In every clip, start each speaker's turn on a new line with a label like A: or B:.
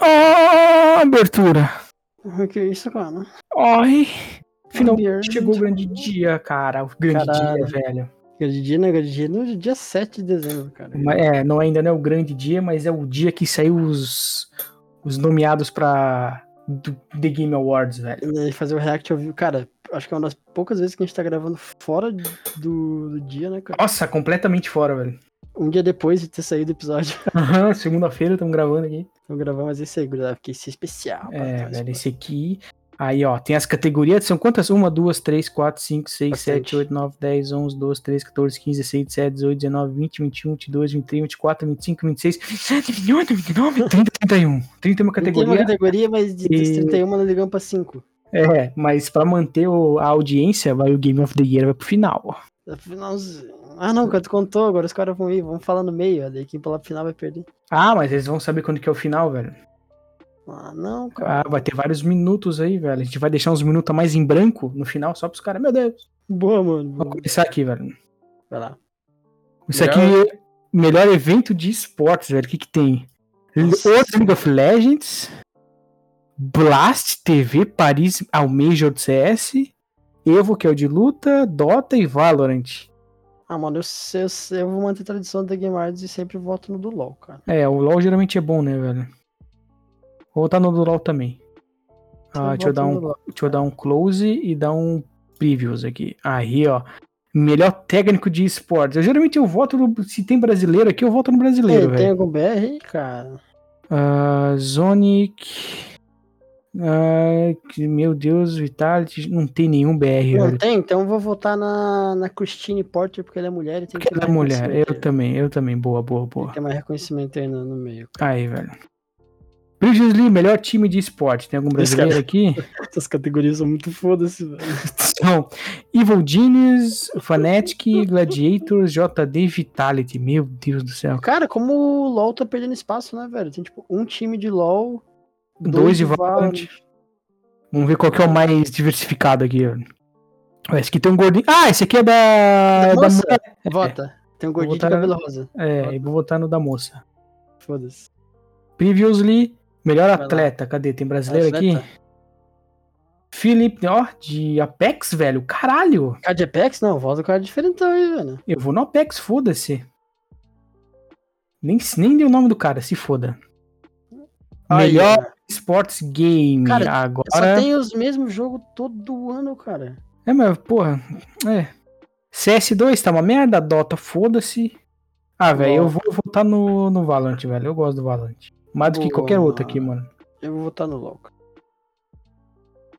A: Ah, abertura.
B: Que isso, mano?
A: Ai, finalmente
B: Deus.
A: chegou o grande dia, cara. O grande
B: Caralho.
A: dia, velho.
B: Grande dia, né? Grande dia no dia 7 de dezembro, cara.
A: Ma- É, não ainda não é o grande dia, mas é o dia que saiu os, os nomeados pra do The Game Awards, velho.
B: E aí fazer o react ao vivo, cara, acho que é uma das poucas vezes que a gente tá gravando fora do, do dia, né, cara?
A: Nossa, completamente fora, velho.
B: Um dia depois de ter saído o episódio.
A: Aham, Segunda-feira estamos gravando aqui.
B: Vou gravar, mas esse aí, gurizada, porque esse é especial.
A: É, velho, esse aqui. Aí, ó, tem as categorias, são quantas? 1, 2, 3, 4, 5, 6, 7,
B: Bastante.
A: 8, 9, 10, 11, 12, 13, 14, 15, 16, 17, 18, 19, 20, 21, 22, 23, 24, 25, 26, 27, 28, 29, 30, 31. 30 é uma
B: categoria. Tem uma
A: categoria.
B: categoria, mas de, das
A: E-
B: 31 nós ligamos pra 5.
A: É, mas pra manter o- a audiência, vai o Game of the Year vai pro final.
B: Ah, não, quando contou, agora os caras vão ir, vão falar no meio, ó, daí quem falar pro final vai perder.
A: Ah, mas eles vão saber quando que é o final, velho.
B: Ah, não, cara.
A: Ah, vai ter vários minutos aí, velho. A gente vai deixar uns minutos a mais em branco no final, só pros caras. Meu Deus.
B: Boa, mano. boa.
A: Vamos começar aqui, velho.
B: Vai lá.
A: Isso aqui é melhor evento de esportes, velho. O que que tem?
B: Nossa.
A: Outro League of Legends. Blast TV Paris ao Major do CS. Evo, que é o de luta, Dota e Valorant.
B: Ah, mano, eu, sei- eu, sei- eu vou manter a tradição da Game Awards e sempre voto no do LoL, cara.
A: É, o LoL geralmente é bom, né, velho? Vou botar no do LoL também. Ah, deixa, eu
B: voto
A: dar
B: no
A: um,
B: do LoL.
A: deixa eu dar um close e dar um previews aqui. Aí, ó. Melhor técnico de esportes. Eu geralmente eu voto no. Se tem brasileiro aqui, eu voto no brasileiro,
B: Ei, É, tem
A: velho.
B: algum BR aí, cara?
A: Ah, Zonic. Ah, que- meu Deus, Vitality. Não tem nenhum BR,
B: Não
A: velho.
B: tem? Então eu vou votar na, na Christine Porter, porque ela é mulher e tem que
A: Porque
B: ter
A: ela é
B: mais
A: mulher. Eu
B: reconhecimento aí.
A: também, eu também. Boa, boa, boa.
B: Tem que ter mais reconhecimento aí no, no meio.
A: Aí, velho. Bridges Lee, melhor time de esporte. Tem algum
B: Esse
A: brasileiro
B: cara-
A: aqui?
B: Essas categorias são muito foda-se, velho.
A: São Evil Genius, Fnatic, Gladiators, JD Vitality. Meu Deus do céu.
B: Cara, como o LoL tá perdendo espaço, né, velho? Tem tipo um time de LoL,
A: Dois de Valorant. Vamos ver qual que é o mais diversificado aqui. ó. Ó, Esse aqui tem um gordinho. Ah, esse aqui é da. da
B: Nossa,
A: mulher.
B: É. vota. Tem um gordinho de
A: votar-
B: cabelo rosa.
A: É, eu vou votar no da moça.
B: Foda-se.
A: Previously, melhor
B: lá.
A: atleta. Cadê? Tem brasileiro aqui?
B: Atleta.
A: Felipe, ó, de Apex, velho. Caralho.
B: Cara de Apex? Não, vota o cara diferentão aí, velho.
A: Eu vou no Apex, foda-se. Nem, nem dei o nome do cara, se foda.
B: Aí,
A: Melhor
B: ó.
A: Sports Game.
B: Cara, Só
A: agora.
B: tem os mesmos jogos todo ano, cara.
A: É, mas, porra. É. CS2 tá uma merda, Dota, foda-se. Ah, velho, eu
B: Boa.
A: vou voltar no, no Valorant, velho. Eu gosto do Valorant. Mais do que
B: Boa,
A: qualquer outro
B: mano.
A: aqui, mano.
B: Eu vou votar no LoL. cara.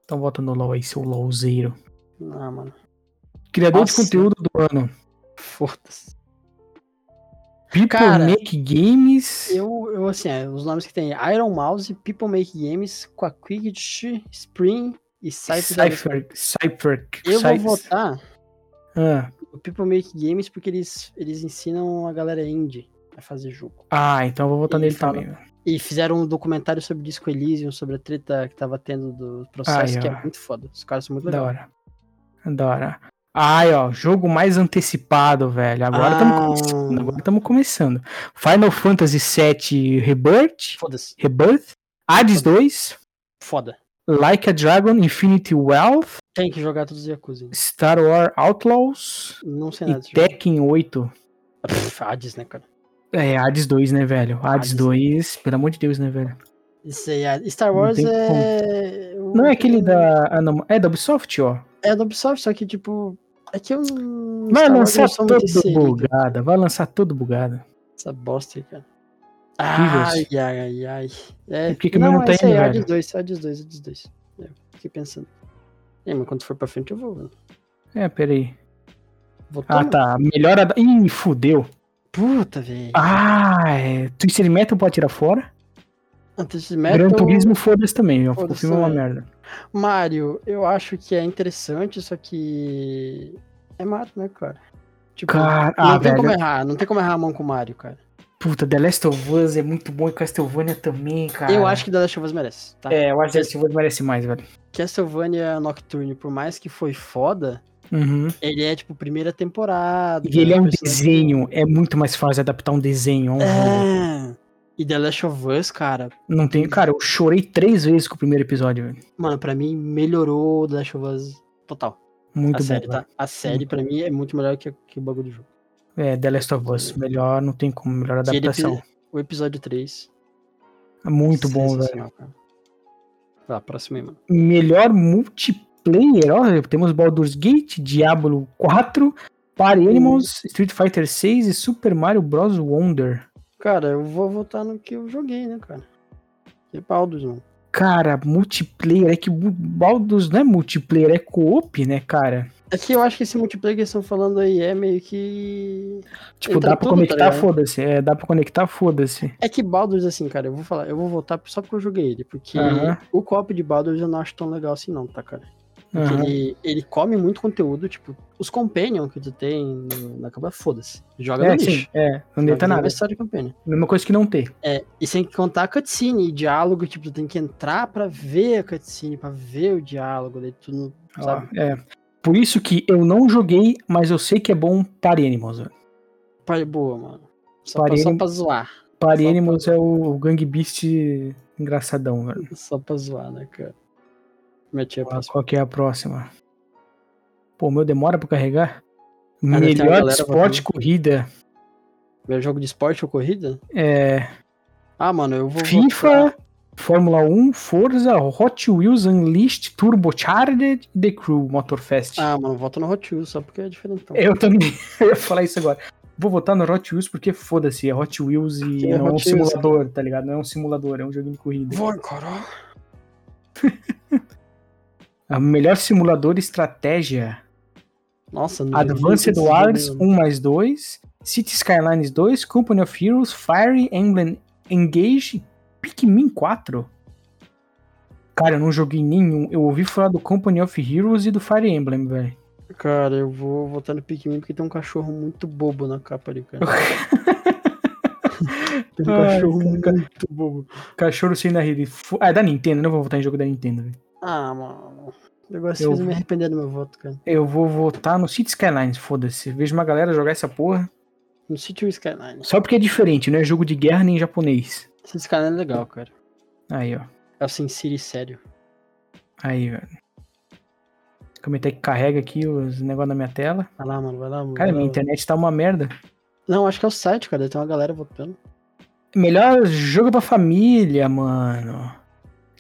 A: Então volta no LoL aí, seu LoLzeiro.
B: Ah, mano.
A: Criador de
B: Nossa.
A: conteúdo do ano.
B: Foda-se.
A: People
B: Cara,
A: Make Games.
B: Eu, eu, assim, é, os nomes que tem é Iron Mouse, People Make Games, Quackquid, Spring e Cypher. da Lua.
A: Cypher. Cypher.
B: Eu
A: Cy-
B: vou votar
A: Ah.
B: no People Make Games porque eles, eles ensinam a galera indie a fazer jogo.
A: Ah, então eu vou votar
B: Ele
A: nele
B: fala-
A: também. velho.
B: E fizeram um documentário sobre Disco Elysium, sobre a treta que tava tendo do processo,
A: Ai,
B: que
A: ó.
B: é muito foda. Os caras são muito
A: Da
B: legais.
A: hora. Da hora. Ai, ó, jogo mais antecipado, velho. Agora estamos
B: Ah.
A: começando. Agora estamos começando. Final Fantasy VII Rebirth,
B: Foda-se.
A: Rebirth, Hades 2,
B: Foda.
A: Like a Dragon, Infinity Wealth,
B: Tem que jogar todos os Yakuza. hein?
A: Star Wars Outlaws
B: Não sei
A: e
B: nada desse jogo.
A: Tekken 8.
B: Pff, Hades, né, cara?
A: É, Hades 2, né, velho? Hades,
B: Hades.
A: 2, pelo amor de Deus, né, velho?
B: Isso aí, é- Star
A: Não
B: Wars
A: tem
B: é.
A: Não é aquele da. ah, não, É da Ubisoft, ó.
B: É da Ubisoft, só que, tipo. É que eu não.
A: Vai
B: Star Wars
A: lançar
B: eu sou muito
A: todo
B: inserido
A: bugada. Vai lançar todo bugada.
B: Essa bosta aí, cara. Ai,
A: Horríveis.
B: ai, ai, ai. É,
A: Por que que o meu não tá
B: esse aí
A: indo,
B: é
A: velho?
B: dos dois, é dos dois, é dos dois. É, fiquei pensando. É, mas quando for pra frente eu vou, mano.
A: É, peraí.
B: Votou,
A: Ah,
B: mano?
A: tá. Melhora. da- Ih, fudeu.
B: Puta, velho.
A: Ah, é. Twisted Metal pode tirar fora.
B: Antes de
A: Gran
B: Metal,
A: Turismo, foda-se também. ó. O
B: Foda-se
A: filme é uma
B: também.
A: merda.
B: Mario, eu acho que é interessante, só que. É Mario, né, cara? Tipo,
A: Cara,
B: não
A: ah,
B: tem
A: velho.
B: como errar, não tem como errar a mão com o Mario, cara.
A: Puta, The Last of Us é muito bom e Castlevania também, cara.
B: Eu acho que The Last of Us merece, tá?
A: É, eu acho que The Last of Us merece mais, velho.
B: Castlevania Nocturne, por mais que foi foda,
A: Uhum.
B: ele é, tipo, primeira temporada. né,
A: E ele é um né?
B: personagem-
A: desenho. É muito mais fácil adaptar um desenho a um jogo.
B: É. E The Last of Us, cara,
A: Não tem, cara, eu chorei três vezes com o primeiro episódio, velho.
B: mano, pra mim melhorou The Last of Us total.
A: Muito
B: a
A: bom.
B: série,
A: velho.
B: tá? A série, pra mim, é muito melhor que, que o bagulho do jogo.
A: É, The Last of Us. Melhor, não tem como, melhor
B: Que ele-
A: adaptação.
B: O episódio 3.
A: É Muito bom, velho.
B: sensacional, cara. Vai lá, próximo aí, mano.
A: Melhor multiplayer, ó, temos Baldur's Gate, Diablo 4,
B: Hum.
A: Party Animals, Street Fighter 6 e Super Mario Bros. Wonder.
B: Cara, eu vou votar no que eu joguei, né, cara? Que baldos, mano.
A: Cara, multiplayer, é que bu- Baldur's não é multiplayer, é co-op, né, cara?
B: É que eu acho que esse multiplayer que eles estão falando aí é meio que.
A: Tipo,
B: Entra
A: dá pra
B: tudo, tá
A: conectar,
B: ligado?
A: foda-se. É, dá pra conectar, foda-se.
B: É que Baldur's, assim, cara, eu vou falar, eu vou votar só porque eu joguei ele, porque
A: Aham.
B: o copo de Baldur's eu não acho tão legal assim, não, tá, cara? Porque
A: Aham.
B: ele, ele come muito conteúdo, tipo, os Companion que tu tem no- na capa, foda-se. Joga
A: É,
B: no
A: sim,
B: lixo.
A: é, não deita nada.
B: É história de Companion.
A: Mesma coisa que não ter.
B: É, e sem contar cutscene e diálogo, tipo, tu tem que entrar pra ver a cutscene, pra ver o diálogo, daí tu não. Sabe?
A: Ó, é. Por isso que eu não joguei, mas eu sei que é bom Party Animals. velho.
B: Pare boa, mano. Só, pra,
A: Parei-
B: só pra zoar.
A: Party
B: Só
A: Animals é o Gang Beast engraçadão, velho.
B: Só pra zoar, né, cara? Minha tia
A: Ó,
B: passa.
A: Qual que é a próxima? Pô, o meu demora pra carregar?
B: Ah, deve ter uma
A: Melhor
B: galera
A: esporte corrida.
B: Meu jogo de esporte ou corrida?
A: É,
B: Ah, mano, eu vou. votar-
A: FIFA, Fórmula 1, Forza, Hot Wheels Unleashed, Turbocharged e The Crew Motorfest.
B: Ah, mano, voto no Hot Wheels só porque é diferentão.
A: Eu também eu ia falar isso agora. Vou votar no Hot Wheels porque foda-se, é Hot Wheels e
B: Que é
A: não é um
B: Hot Wheels.
A: simulador, tá ligado? Não é um simulador, é um joguinho de corrida.
B: Vou encarar.
A: A melhor simulador estratégia.
B: Nossa, não.
A: Advanced
B: não-
A: Wars 1 mais 2, City Skylines 2, Company of Heroes, Fire Emblem Engage, Pikmin 4. Cara, eu não joguei nenhum. Eu ouvi falar do Company of Heroes e do Fire Emblem, velho.
B: Cara, eu vou votar no Pikmin porque tem um cachorro muito bobo na capa ali, cara. tem um
A: Ai,
B: cachorro
A: cara.
B: muito bobo.
A: Cachorro sem da rede. Fu- Ah, é da Nintendo, não vou votar em jogo da Nintendo, velho.
B: Ah, mano. O negócio
A: Eu-
B: fez me arrepender do meu voto, cara.
A: Eu vou votar no City Skylines, foda-se. Vejo uma galera jogar essa porra.
B: No City Skyline.
A: Só porque é diferente, não é jogo de guerra nem japonês.
B: City Skyline é legal, cara.
A: Aí, ó.
B: É o Sin City sério.
A: Aí, velho. Comentar que carrega aqui os negócios na minha tela.
B: Vai lá, mano, vai lá, mano.
A: Cara,
B: vai
A: minha
B: lá,
A: internet tá uma merda.
B: mano. Não, acho que é o site, cara. Tem uma galera votando.
A: Melhor jogo pra família, mano.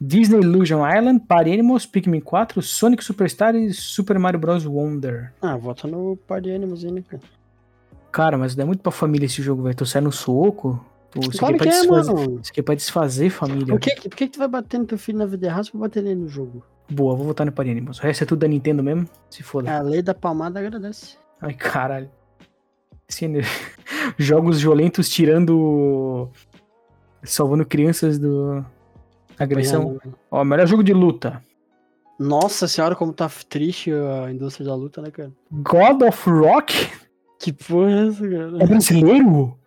A: Disney Illusion Island, Party Animals, Pikmin 4, Sonic Superstar e Super Mario Bros. Wonder.
B: Ah, vota no Party Animals aí, né, cara?
A: Cara, mas não é muito pra família esse jogo, velho. Tu sai no soco. Tu, isso,
B: Claro
A: aqui é
B: que
A: pra
B: é,
A: desfazer,
B: mano.
A: isso aqui é pra desfazer, família.
B: Por que, por que que tu vai bater no teu filho na vida errada se tu vai bater nele no jogo?
A: Boa, vou votar no Party Animals. O resto é tudo da Nintendo mesmo? Se foda.
B: É A lei da palmada agradece.
A: Ai, caralho. Esse- Jogos violentos tirando. Salvando crianças do. Agressão.
B: é.
A: Ó, melhor jogo de luta.
B: né? Nossa senhora, como tá triste a indústria da luta, né, cara?
A: God of Rock?
B: Que porra é essa,
A: É né?
B: cara?
A: brasileiro?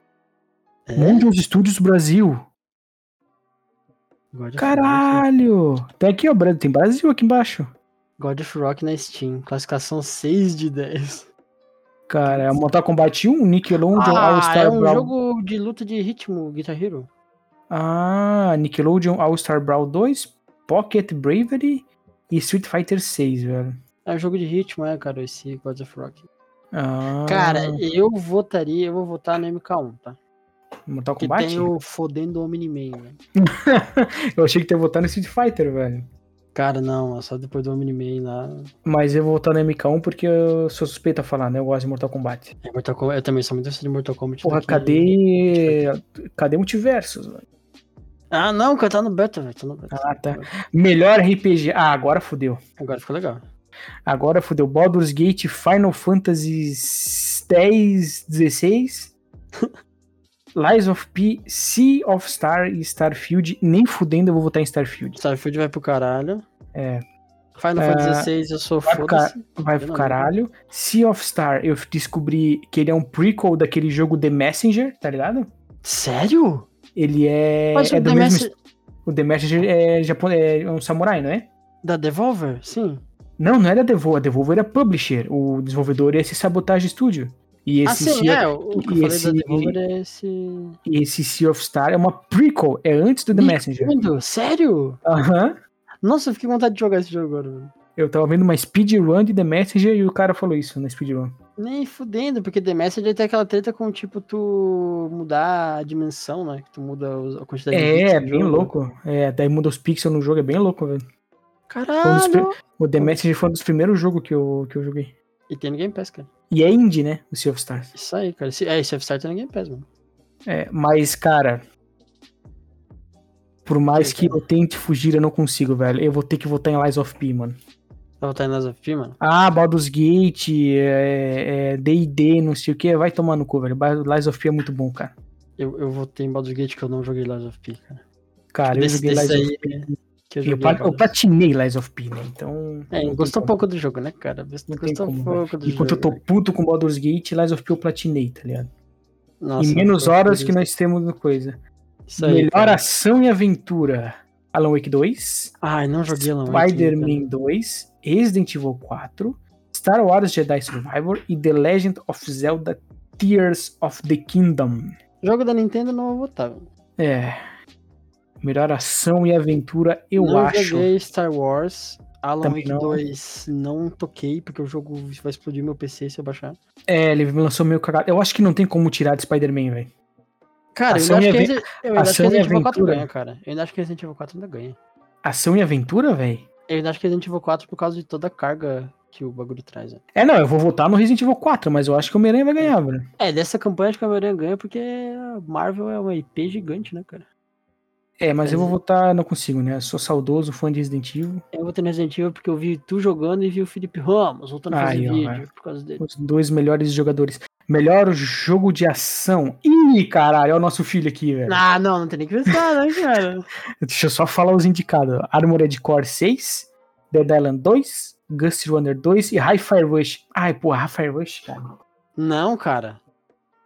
B: É?
A: Mondial Studios Brasil.
B: God of Rock.
A: Caralho! Tem aqui, ó, Bra- tem Brasil aqui embaixo.
B: God of Rock na Steam. Classificação 6 de 10.
A: Cara, é Mortal Kombat 1, Nickelodeon
B: Ah,
A: All-Star
B: é um
A: Brawl.
B: jogo de luta de ritmo, Guitar Hero.
A: Ah, Nickelodeon All-Star Brawl 2, Pocket Bravery e Street Fighter 6, velho.
B: É um jogo de ritmo, é, cara, esse God of Rock.
A: Ah,
B: Cara, eu votaria, eu vou votar no MK1, tá?
A: Mortal
B: Que
A: Kombat?
B: tem o fodendo Omni-Man, né? velho.
A: Eu achei que ia votar no Street Fighter, velho.
B: Cara, não, é só depois do Omni-Man lá.
A: Mas eu vou votar no MK1 porque eu sou suspeito a falar, né? Eu gosto de Mortal Kombat.
B: É Mortal Kombat, eu também sou muito fã de Mortal Kombat.
A: Porra,
B: daqui.
A: cadê. Cadê Multiversos, velho?
B: Ah, não, cara, tá no beta, velho. Tá no beta.
A: Ah, tá. Melhor RPG. Ah, agora fodeu.
B: Agora ficou legal.
A: Agora fudeu Baldur's Gate, Final Fantasy X, 10, 16, Lies of P, Sea of Star e Starfield. Nem fudendo eu vou votar em Starfield.
B: Starfield vai pro caralho.
A: É,
B: Final
A: Ah,
B: Fantasy XVI, eu sou
A: vai pro
B: foda-se.
A: vai
B: Eu
A: pro
B: não-
A: caralho. Sea of Star, eu descobri que ele é um prequel daquele jogo The Messenger, tá ligado?
B: Sério?
A: Ele é.
B: Mas
A: é
B: o
A: do
B: The
A: mesmo
B: Mess-
A: O The Messenger é, japon... é um samurai, não é?
B: da Devolver? Sim.
A: Não, não era a Devolver. A Devolver era publisher. O desenvolvedor ia se sabotar de estúdio. E
B: Ah,
A: esse,
B: sim,
A: sea,
B: é, o que eu
A: e
B: falei da
A: esse-
B: Devolver é esse...
A: e esse sea of Star é uma prequel, é antes do The
B: Ih,
A: Messenger.
B: Mano, sério?
A: Aham.
B: Nossa, eu fiquei com vontade de jogar esse jogo agora, mano.
A: Eu tava vendo uma speedrun de The Messenger e o cara falou isso na speedrun.
B: Nem fudendo, porque The Messenger tem aquela treta com, tipo, tu mudar a dimensão, né? Que tu muda os- a quantidade de
A: É,
B: bits
A: é
B: do
A: bem
B: jogo.
A: louco. É, daí muda os pixels no jogo, é bem louco, velho.
B: Caralho!
A: O The Messenger foi um dos primeiros jogos que eu, que eu joguei.
B: E tem no Game Pass, cara.
A: E é indie, né? O Sea of Stars.
B: Isso aí, cara. Esse- É, esse F-Star tem no Game Pass, mano.
A: É, mas, cara. Por mais que eu tente fugir, eu não consigo, velho. Eu vou ter que votar em Lies of P, mano.
B: Tá voltando nas of P, mano.
A: Ah, Baldur's Gate, é, é, D&D, não sei o que. Vai tomar no cu, velho. Ba- Lies of P é muito bom, cara.
B: Eu, eu votei em Baldur's Gate que eu não joguei Lies of P, cara.
A: Cara, eu
B: Desse-
A: joguei Lies
B: desse
A: of
B: aí,
A: P.
B: Que eu
A: Eu,
B: joguei
A: pla- eu
B: Baldur's-
A: platinei Lies of P, né? Então...
B: É,
A: não
B: gostou
A: tem como.
B: pouco do jogo, né, cara?
A: Não tem
B: Gostou
A: como,
B: pouco do
A: velho. Enquanto eu
B: jogo.
A: tô puto com Baldur's Gate, Lies of P eu platinei, tá ligado?
B: Nossa,
A: em menos
B: foi-
A: horas que nós temos no coisa.
B: Isso aí,
A: Melhor
B: cara.
A: ação e aventura. Alan Wake 2,
B: Ai, não é joguei lá.
A: Spider-Man 2, Resident Evil 4, Star Wars Jedi Survivor e The Legend of Zelda Tears of the Kingdom.
B: Jogo da Nintendo não vou votar.
A: É. Melhor ação e aventura, eu
B: não
A: acho.
B: joguei Star Wars. Alan
A: Também
B: Wake
A: não. né?
B: 2 não toquei, porque o jogo vai explodir meu PC se eu baixar.
A: É, ele me lançou meio cagado. Eu acho que não tem como tirar de Spider-Man, velho.
B: Cara, eu
A: Ação
B: ainda acho
A: e
B: que
A: aven-
B: Resi- eu ainda acho que
A: ação e
B: Resident Evil 4
A: aventura.
B: ganha, cara. Eu ainda acho que Resident Evil 4 ainda ganha.
A: Ação e aventura, velho?
B: Eu ainda acho que Resident Evil 4 por causa de toda a carga que o bagulho traz. né?
A: É, não, eu vou votar no Resident Evil 4, mas eu acho que o Homem-Aranha vai ganhar, velho.
B: É, dessa campanha acho que a maioria ganha, porque a Marvel é uma IP gigante, né, cara?
A: É, mas eu vou votar, não consigo, né? Eu ssou saudoso, fã de Resident Evil.
B: Eu vou ter no Resident Evil porque eu vi tu jogando e vi o Felipe Ramos voltando a fazer
A: Aí, ó, é.
B: vídeo
A: velho.
B: por causa dele.
A: Os dois melhores jogadores. Melhor jogo de ação. Ih, caralho, é o nosso filho aqui, velho.
B: Ah, não, não tem nem que pensar, né, cara?
A: Deixa eu só falar os indicados. Armored Core 6, Dead Island 2, Ghost Runner 2 e Hi-Fi Rush. Ai, porra, Hi-Fi Rush, cara.
B: Não, cara.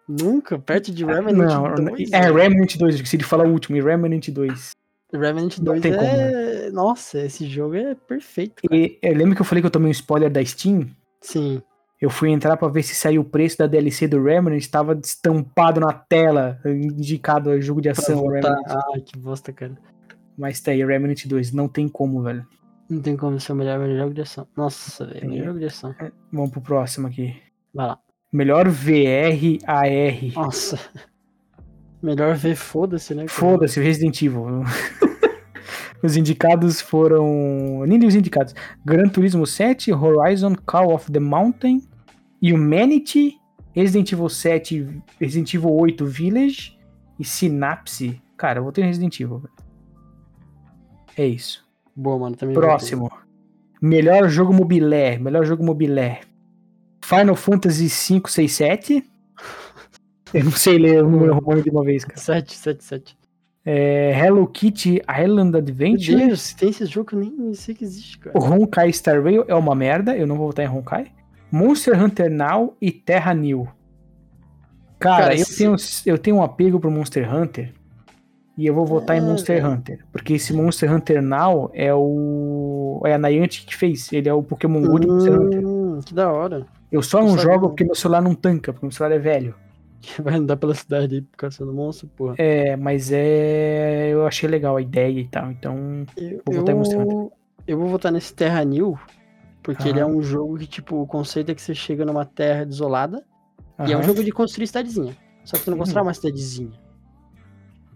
B: Nunca, perto de né? Remnant
A: Ah, Não,
B: 2.
A: é Remnant 2, eu esqueci de falar o último, e Remnant 2.
B: Remnant
A: não
B: 2
A: tem como, né?
B: é. Nossa, esse jogo é perfeito, cara.
A: E é, lembra que eu falei que eu tomei um spoiler da Steam?
B: Sim.
A: Eu fui entrar pra ver se saiu o preço da DLC do Remnant, estava estampado na tela, indicado a jogo de
B: pra
A: ação
B: voltar.
A: Remnant.
B: tá. Ai, que bosta, cara.
A: Mas tá aí, Remnant 2, não tem como, velho.
B: Não tem como ser o melhor, melhor jogo de ação. Nossa, velho,
A: Entendi.
B: melhor jogo de ação.
A: Vamos pro próximo aqui.
B: Vai lá.
A: Melhor VR AR.
B: Nossa. Melhor ver, foda-se, né? cara?
A: Foda-se, o Resident Evil. os indicados foram. Nem li os indicados. Gran Turismo 7, Horizon Call of the Mountain, Humanity, Resident Evil 7, Resident Evil 8 Village e Synapse. Cara, eu vou ter Resident Evil. velho. É isso.
B: Boa, mano, também. gostei.
A: Próximo. Melhor jogo mobilé. Melhor jogo mobilé. Final Fantasy 5, 6, 7. Eu não sei ler o número romano de uma vez, cara.
B: 7, 7, 7.
A: É, Hello Kitty Island
B: Meu
A: Adventure.
B: Deus, tem esse jogo que eu nem sei que existe, cara.
A: O Honkai Star Rail é uma merda, eu não vou votar em Honkai. Monster Hunter Now e Terra New. Cara,
B: Cara,
A: eu,
B: se-
A: tenho, eu tenho um apego pro Monster Hunter e eu vou votar em
B: Ah,
A: Monster
B: velho.
A: Hunter. Porque esse Monster Hunter Now é o. É a Niantic que fez. Ele é o Pokémon Go de Monster Hunter.
B: Hum, que da hora.
A: Eu só
B: eu
A: não
B: sabia.
A: jogo porque meu celular não tanca, porque meu celular é velho.
B: Que vai andar pela cidade aí por causa do monstro, porra.
A: É, mas é. Eu achei legal a ideia e tal. Então.
B: Eu,
A: Vou votar em Monster
B: eu, eu vou votar nesse Terra New, porque ele é
A: Aham.
B: um jogo que, tipo, o conceito é que você chega numa terra desolada, e é um
A: aham.
B: jogo de construir cidadezinha. Só que tu não constrói
A: Hum.
B: uma cidadezinha.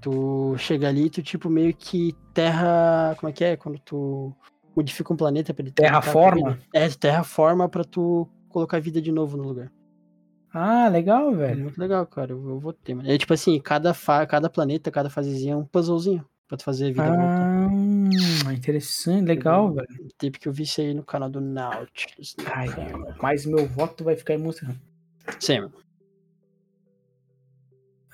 B: Tu chega ali e tu, tipo, meio que terra. Como é que é? Quando tu modifica um planeta pra ele ter uma
A: Terraforma?
B: vida. É, tu terraforma pra tu colocar vida de novo no lugar.
A: Ah, legal,
B: É
A: velho.
B: muito legal, cara. Eu, eu vou ter, mano. É tipo assim, cada, fa cada planeta, cada fasezinha é um puzzlezinho pra tu fazer a vida voltar.
A: Ah, interessante, legal, velho.
B: Tempo que eu vi isso aí no canal do Nautilus. né,
A: Uhum. Ai,
B: cara?
A: mas meu voto vai ficar em Monster Hunter.
B: Sim, mano.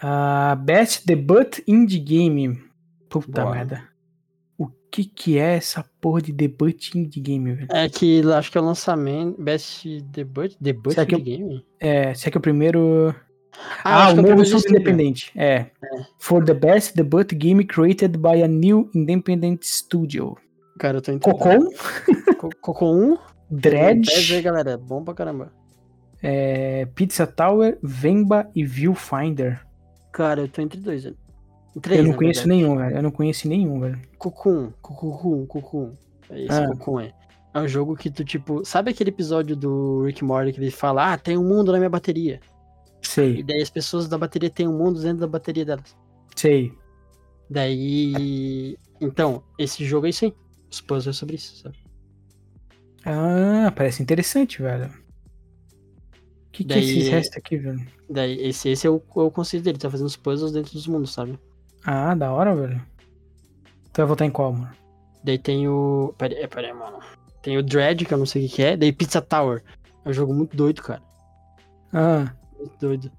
A: Ah, Best Debut Indie Game. Puta
B: Boa.
A: merda. O que que é essa porra de debut indie game, velho?
B: É que lá, acho que é o lançamento. Best Debut? Debut
A: Será que
B: de
A: eu-
B: game?
A: É, será que é o primeiro...
B: eu
A: Ah,
B: acho
A: o novo
B: que é primeiro de
A: estúdio
B: estúdio.
A: independente. É. For the best debut game created by a new independent studio.
B: Cara, eu tô entrando.
A: Cocon,
B: Cocô 1.
A: Dredge,
B: galera. Bom pra caramba.
A: é, Pizza Tower, Vemba e Viewfinder.
B: Cara, eu tô entre dois. velho. Três,
A: Eu não
B: na
A: conheço
B: verdade. um,
A: nenhum, velho. Eu não conheço nenhum, velho.
B: Cucum, Cucum, Cucum. É esse
A: Ah.
B: Cucum é. É um jogo que tu, tipo, sabe aquele episódio do Rick and Morty que ele fala, ah, tem um mundo na minha bateria. E
A: Sei,
B: daí as pessoas da bateria têm um mundo dentro da bateria delas.
A: sei.
B: Daí. Então, esse jogo é isso aí. Os puzzles é sobre isso, sabe?
A: Ah, parece interessante, velho. O que, que é
B: Daí-
A: esse resto aqui, velho?
B: Daí, esse, esse é o, é o conceito dele, tá fazendo os puzzles dentro dos mundos, sabe?
A: Ah, da hora, velho. Tu vai votar em qual, mano?
B: Daí tem o. Pera aí, pera aí, mano. Tem o Dread, que eu não sei o que que é. Daí Pizza Tower. É um jogo muito doido, cara.
A: Ah,
B: Muito doido.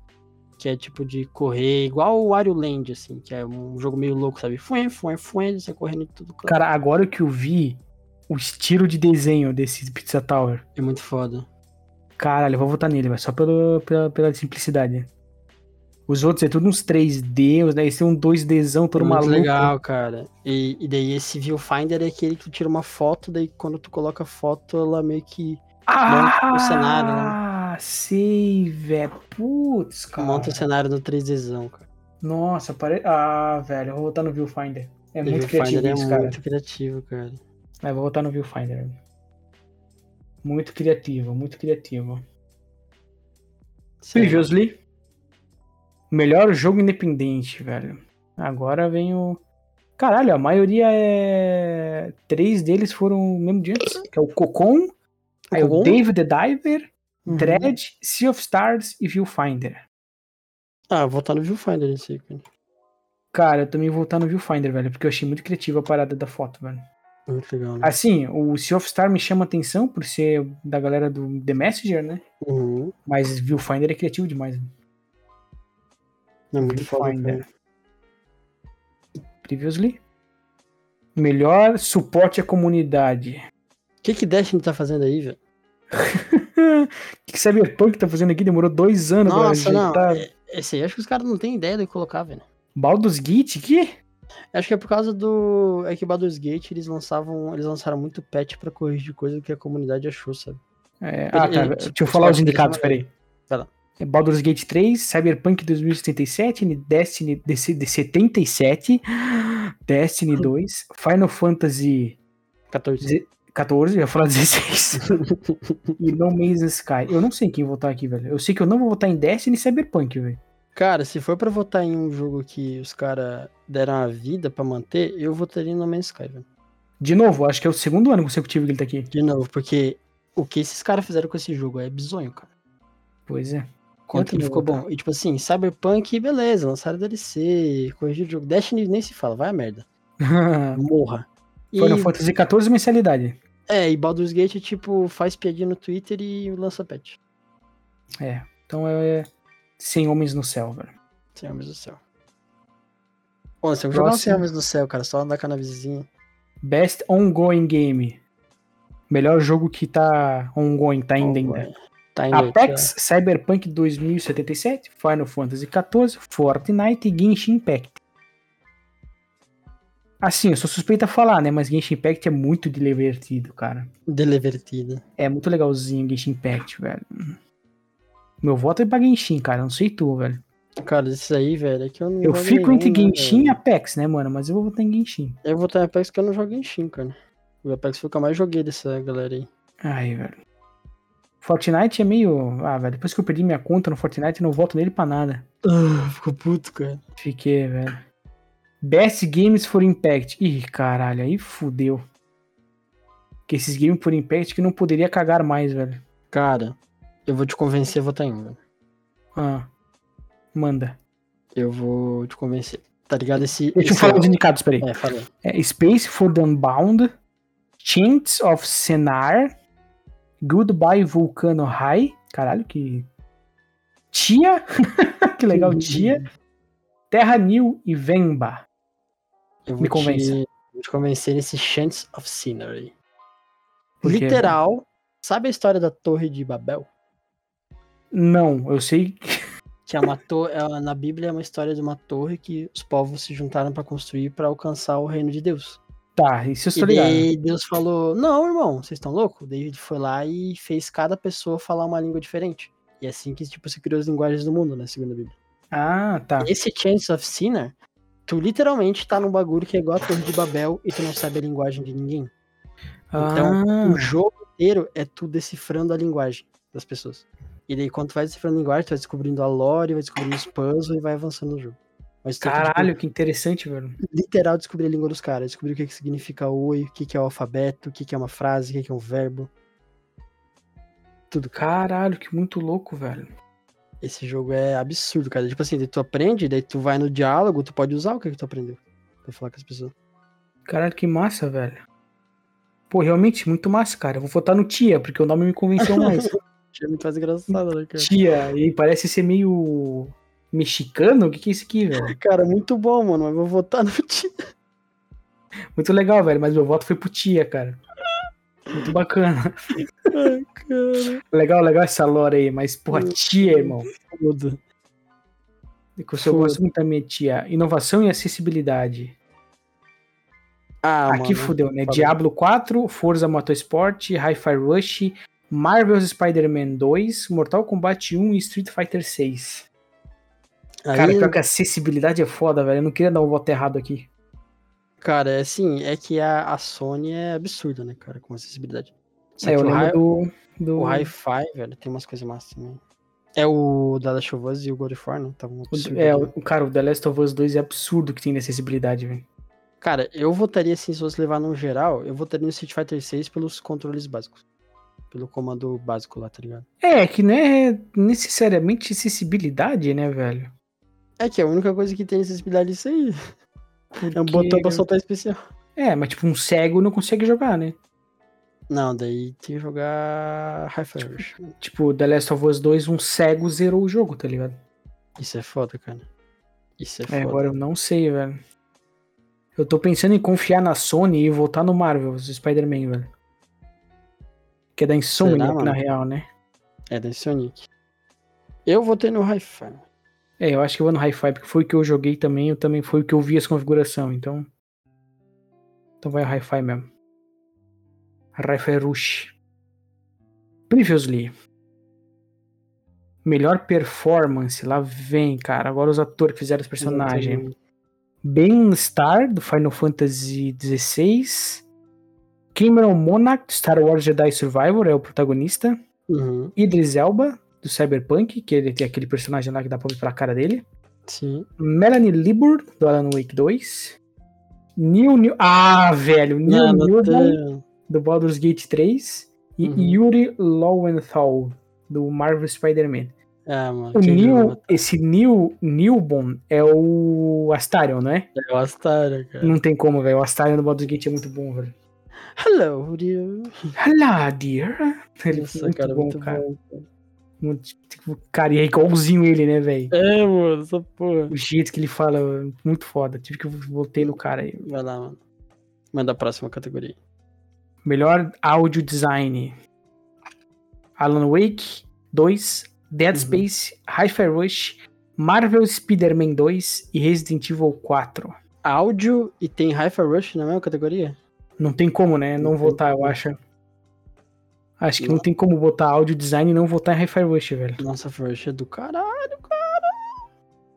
B: Que é tipo de correr igual o Wario Land, assim. Que é um jogo meio louco, sabe? Fuê, fuê, fuê, você correndo em tudo. é Claro.
A: cara, agora que eu vi o estilo de desenho desse Pizza Tower,
B: É muito foda.
A: caralho, eu vou votar nele, velho. Só pelo, pela, pela simplicidade. Os outros é tudo uns 3D, os- daí tem um 2Dzão todo
B: É muito
A: maluco.
B: legal,
A: né?
B: cara. E, e daí esse viewfinder é aquele que tu tira uma foto, daí quando tu coloca a foto, ela meio que
A: Ah,
B: Monta o cenário, né?
A: sei, velho. Putz, cara.
B: monta o cenário do 3Dzão, cara.
A: Nossa, pare... ah, velho, eu vou voltar no Viewfinder. É
B: O
A: muito
B: viewfinder
A: criativo isso,
B: é
A: cara.
B: muito criativo, cara.
A: É, vou voltar no Viewfinder. Muito criativo, muito criativo.
B: Sei lá.
A: Previously, melhor jogo independente, velho. Agora vem o. Caralho, a maioria é. Três deles foram o mesmo de antes, que é o Cocon, aí o
B: Cocon?
A: David the Diver,
B: Uhum.
A: Dread, Sea of Stars e Viewfinder.
B: Ah, vou estar no viewfinder nesse aí, cara.
A: Cara, eu também vou voltar no Viewfinder, velho, porque eu achei muito criativa a parada da foto, velho.
B: Muito legal, né?
A: Assim, o Sea of Star me chama atenção por ser da galera do The Messenger, né?
B: Uhum.
A: Mas Viewfinder é criativo demais. né?
B: É muito foda,
A: Viewfinder.
B: cara.
A: Previously. Melhor suporte à comunidade.
B: O que que Destiny tá fazendo aí, velho?
A: O Hum, que que Cyberpunk tá fazendo aqui? Demorou dois anos
B: Nossa, não.
A: ajeitar.
B: é- Esse aí, acho que os caras não têm ideia do que colocar, velho.
A: Baldur's Gate aqui?
B: Acho que é por causa do... É que Baldur's Gate, eles lançavam... Eles lançaram muito patch pra corrigir coisa que a comunidade achou, sabe?
A: É, ah,
B: Ele-
A: tá.
B: ele-
A: Deixa eu falar os indicados, peraí.
B: Vai lá.
A: É Baldur's Gate 3, Cyberpunk 2077, Destiny DC de 77, Destiny 2, Final Fantasy
B: 14.
A: Ze- 14, eu ia falar 16. e No Man's Sky. Eu não sei quem votar aqui, velho. Eu sei que eu não vou votar em Destiny e Cyberpunk, velho.
B: Cara, se for pra votar em um jogo que os caras deram a vida pra manter, eu votaria em No Man's Sky, velho.
A: De novo, acho que é o segundo ano consecutivo que ele tá aqui.
B: De novo, porque o que esses caras fizeram com esse jogo é bizonho, cara.
A: Pois é.
B: Quanto que ele
A: também
B: ficou
A: vou votar.
B: bom. E tipo assim, Cyberpunk, beleza, lançaram DLC, corrigiu o jogo. Destiny nem se fala, vai a merda. Morra. E,
A: Final Fantasy 14 mensalidade.
B: é, e Baldur's Gate, tipo, faz piadinha no Twitter e lança patch.
A: É. Então é 100 homens no céu, velho.
B: Sem homens do céu. Pô, se eu jogar um
A: Próximo.
B: Sem homens do céu, cara, só andar com a navezinha.
A: Best ongoing game. Melhor jogo que tá ongoing, tá ainda ainda.
B: Tá indo aí, cara.
A: Apex, Cyberpunk 2077, Final Fantasy XIV, Fortnite e Genshin Impact. Assim, eu sou suspeito a falar, né? Mas Genshin Impact é muito divertido, cara.
B: Delivertida.
A: É muito legalzinho Genshin Impact, velho. Meu voto é pra Genshin, cara. eu Não sei tu, velho.
B: Cara, isso aí, velho, é que eu não.
A: Eu
B: jogo
A: fico entre
B: nenhum, né,
A: Genshin e
B: velho?
A: Apex, né, mano? Mas eu vou votar em Genshin.
B: Eu vou estar em Apex que eu não jogo Genshin, cara. O Apex foi o que eu mais joguei dessa galera aí.
A: Ai, velho. Fortnite é meio. Ah, velho. Depois que eu perdi minha conta no Fortnite, eu não voto nele pra nada.
B: Ah, ficou puto, cara.
A: Fiquei, velho. Best Games for Impact. Ih, caralho, aí fudeu. Que esses games por Impact que não poderia cagar mais, velho.
B: Cara, eu vou te convencer a votar em um, velho.
A: Ah. Manda.
B: Eu vou te convencer. Tá ligado? Esse.
A: Deixa eu
B: esse
A: falar
B: é-
A: os indicados, peraí.
B: É, fala. aí.
A: É, Space for the Unbound, Chants of Senar, Goodbye Vulcano High. Caralho, que. Tia? que legal, Tia. Terra New e Vemba.
B: Eu vou
A: Me
B: te-
A: convença.
B: vou te convencer nesse Chants of Scenery.
A: Por quê?
B: Literal. Sabe a história da Torre de Babel?
A: Não, eu sei. que-
B: Que é uma torre. ela, na Bíblia é uma história de uma torre que os povos se juntaram pra construir pra alcançar o reino de Deus.
A: Tá, isso eu
B: E
A: tô ligado.
B: daí Deus falou: Não, irmão, vocês estão loucos? David foi lá e fez cada pessoa falar uma língua diferente. E é assim que, tipo, se criou as linguagens do mundo, né? Segundo a Bíblia.
A: Ah, tá.
B: Esse Chance of Sinner, tu literalmente tá num bagulho que é igual a Torre de Babel e tu não sabe a linguagem de ninguém. Então,
A: Ah.
B: o jogo inteiro é tu decifrando a linguagem das pessoas. E daí, quando tu vai decifrando a linguagem, tu vai descobrindo a lore, vai descobrindo os puzzles e vai avançando no jogo. Mas tu tem que, tipo,
A: Caralho, que interessante, velho.
B: literal descobrir a língua dos caras, descobrir o que, que significa oi, o que, que é o alfabeto, o que, que é uma frase, o que, que é um verbo. Tudo, cara.
A: Caralho, que muito louco, velho.
B: Esse jogo é absurdo, cara. Tipo assim, daí tu aprende, daí tu vai no diálogo, tu pode usar o que, que tu aprendeu pra falar com as pessoas.
A: Caralho, que massa, velho. Pô, realmente, muito massa, cara. Eu Vou votar no Tia, porque o nome me convenceu mais.
B: Achei muito mais engraçado, né, cara?
A: Tia, e parece ser meio mexicano? O que, que é isso aqui, velho?
B: Cara, muito bom, mano, mas vou votar no time.
A: Muito legal, velho, mas meu voto foi pro Tia, cara. Muito bacana.
B: Ai, cara.
A: Legal, legal essa lore aí, mas porra, Tia, irmão. É
B: Foda.
A: Que eu só gosto muito da minha Tia. Inovação e acessibilidade.
B: Ah,
A: Aqui
B: mano.
A: fudeu, né?
B: Falei.
A: Diablo 4, Forza Motorsport, Hi-Fi Rush, Marvel's Spider-Man 2, Mortal Kombat 1 e Street Fighter 6.
B: Aí,
A: Cara,
B: cara,
A: pior que a acessibilidade é foda, velho. Eu não queria dar um voto errado aqui.
B: é assim, é que a, a Sony é absurda, né, cara, com acessibilidade. Só
A: É, eu
B: que o Hi-
A: lembro do. do...
B: O Hi-Fi, velho, tem umas coisas massas também. É o Dada Chuvoso e o God of War, né? Tá um absurdo.
A: o- é,
B: aqui.
A: o, cara, o The Last of Us 2 é absurdo que tem de acessibilidade, velho.
B: Cara, eu votaria assim, se fosse levar no geral, eu votaria no Street Fighter 6 pelos controles básicos. Pelo comando básico lá, tá ligado?
A: É, que não é necessariamente acessibilidade, né, velho?
B: É que a única coisa que tem acessibilidade é isso aí.
A: Porque...
B: É um botão pra soltar especial.
A: É, mas tipo, um cego não consegue jogar, né?
B: Não, daí tem que jogar Hi-Fi Rush.
A: Tipo, The Last of Us 2, um cego zerou o jogo, tá ligado?
B: Isso é foda, cara. Isso é
A: É,
B: foda.
A: agora eu não sei, velho. Eu tô pensando em confiar na Sony e voltar no Marvel, Spider-Man, velho. Que é da Insomniac,
B: mano?
A: na real, né?
B: É da Sonic. Eu votei no Hi-Fi.
A: É, eu acho que eu vou no Hi-Fi, porque foi o que eu joguei também, eu também foi o que eu vi as configurações, então. Então vai o Hi-Fi mesmo. Hi-Fi Rush. Previously. Melhor performance, lá vem, cara. Agora os atores que fizeram os personagens. Star do Final Fantasy XVI. Cameron Monarch, do Star Wars Jedi Survivor, é o protagonista.
B: Uhum,
A: Idris Elba, do Cyberpunk, que ele tem aquele personagem lá que dá pra ver pela cara dele.
B: sim.
A: Melanie Libur, do Alan Wake 2. Neil New... Ah, velho! Neil
B: Não, não
A: Newman,
B: tem-
A: do Baldur's Gate 3. E
B: Uhum.
A: Yuri Lowenthal, do Marvel Spider-Man.
B: Ah, mano.
A: O
B: que
A: Neil,
B: jogo.
A: esse Neil Newbon é o Astarion, não é?
B: É o Astara, cara.
A: Não tem como, velho. O Astarion do Baldur's Gate é muito bom, velho.
B: Hello, Rio.
A: Hello, dear. Ele é
B: Nossa,
A: muito
B: cara,
A: bom,
B: muito
A: cara.
B: bom.
A: Muito- tipo, cara, e é igualzinho ele, né, velho?
B: É, mano, essa porra.
A: O jeito que ele fala, muito foda. Tive que voltei no cara aí.
B: Vai lá, mano. Manda a próxima categoria.
A: Melhor áudio design. Alan Wake 2, Dead
B: Uhum.
A: Space, Hi-Fi Rush, Marvel Spider-Man 2 e Resident Evil 4.
B: Áudio e tem Hi-Fi Rush na mesma categoria?
A: Não tem como, né? Não
B: Não tem
A: votar, eu
B: como.
A: acho. Acho que não tem como botar áudio design e não votar em Hi-Fi Rush, velho.
B: Nossa, Hi-Fi Rush é do caralho, cara.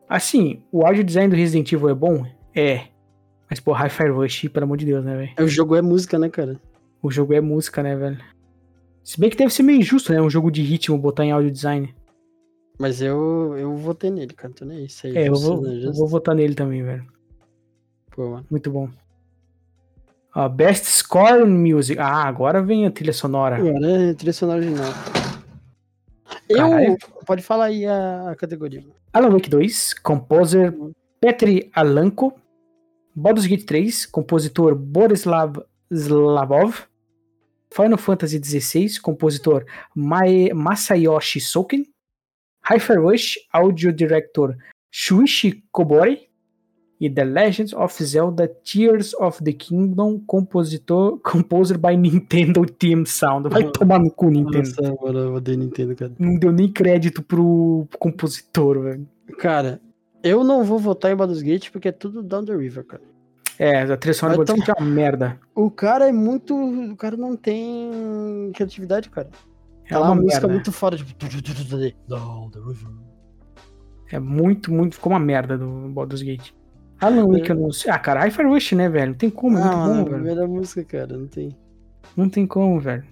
A: Assim, o áudio design do Resident Evil é bom? É. Mas, pô, Hi-Fi Rush, pelo amor de Deus, né, velho?
B: O jogo é música, né, cara?
A: O jogo é música, né, velho? Se bem que deve ser meio injusto, né? Um jogo de ritmo botar em áudio design.
B: Mas eu, eu votei nele, cara. Tô nem aí. Isso aí
A: É, eu
B: justo,
A: vou,
B: né,
A: eu
B: justo.
A: vou votar nele também, velho.
B: Pô, mano.
A: Muito bom. Ah, Best Score in Music. Ah, agora vem a trilha sonora.
B: Agora é trilha sonora original.
A: Caralho.
B: Eu. Pode falar aí a, a categoria.
A: Alan Wake 2, composer Petri Alanko. Baldur's Gate 3, compositor Borislav Slavov. Final Fantasy XVI, compositor Mae- Masayoshi Soken. Hi-Fi Rush, audio director Shuichi Kobori. E The Legends of Zelda Tears of the Kingdom, compositor, composer by Nintendo Team Sound. Vai
B: Mano.
A: tomar no cu, Nintendo.
B: Nossa, mano, eu odeio Nintendo, cara.
A: Não deu nem crédito pro compositor, velho.
B: Cara, eu não vou votar em Baldur's Gate porque é tudo Down the River, cara.
A: É, a trilha sonora
B: Vai
A: do Baldur's Gate é uma merda.
B: O cara é muito. O cara não tem criatividade, cara. É uma, uma música merda. muito foda, tipo. Down the river.
A: É muito, muito. Ficou uma merda do Baldur's Gate. Alan
B: É.
A: Wake, eu não sei. Ah, cara, Hyper Rush, né, velho? Não tem como,
B: não,
A: muito bom,
B: mano,
A: velho.
B: primeira música, cara, não tem.
A: Não tem como, velho.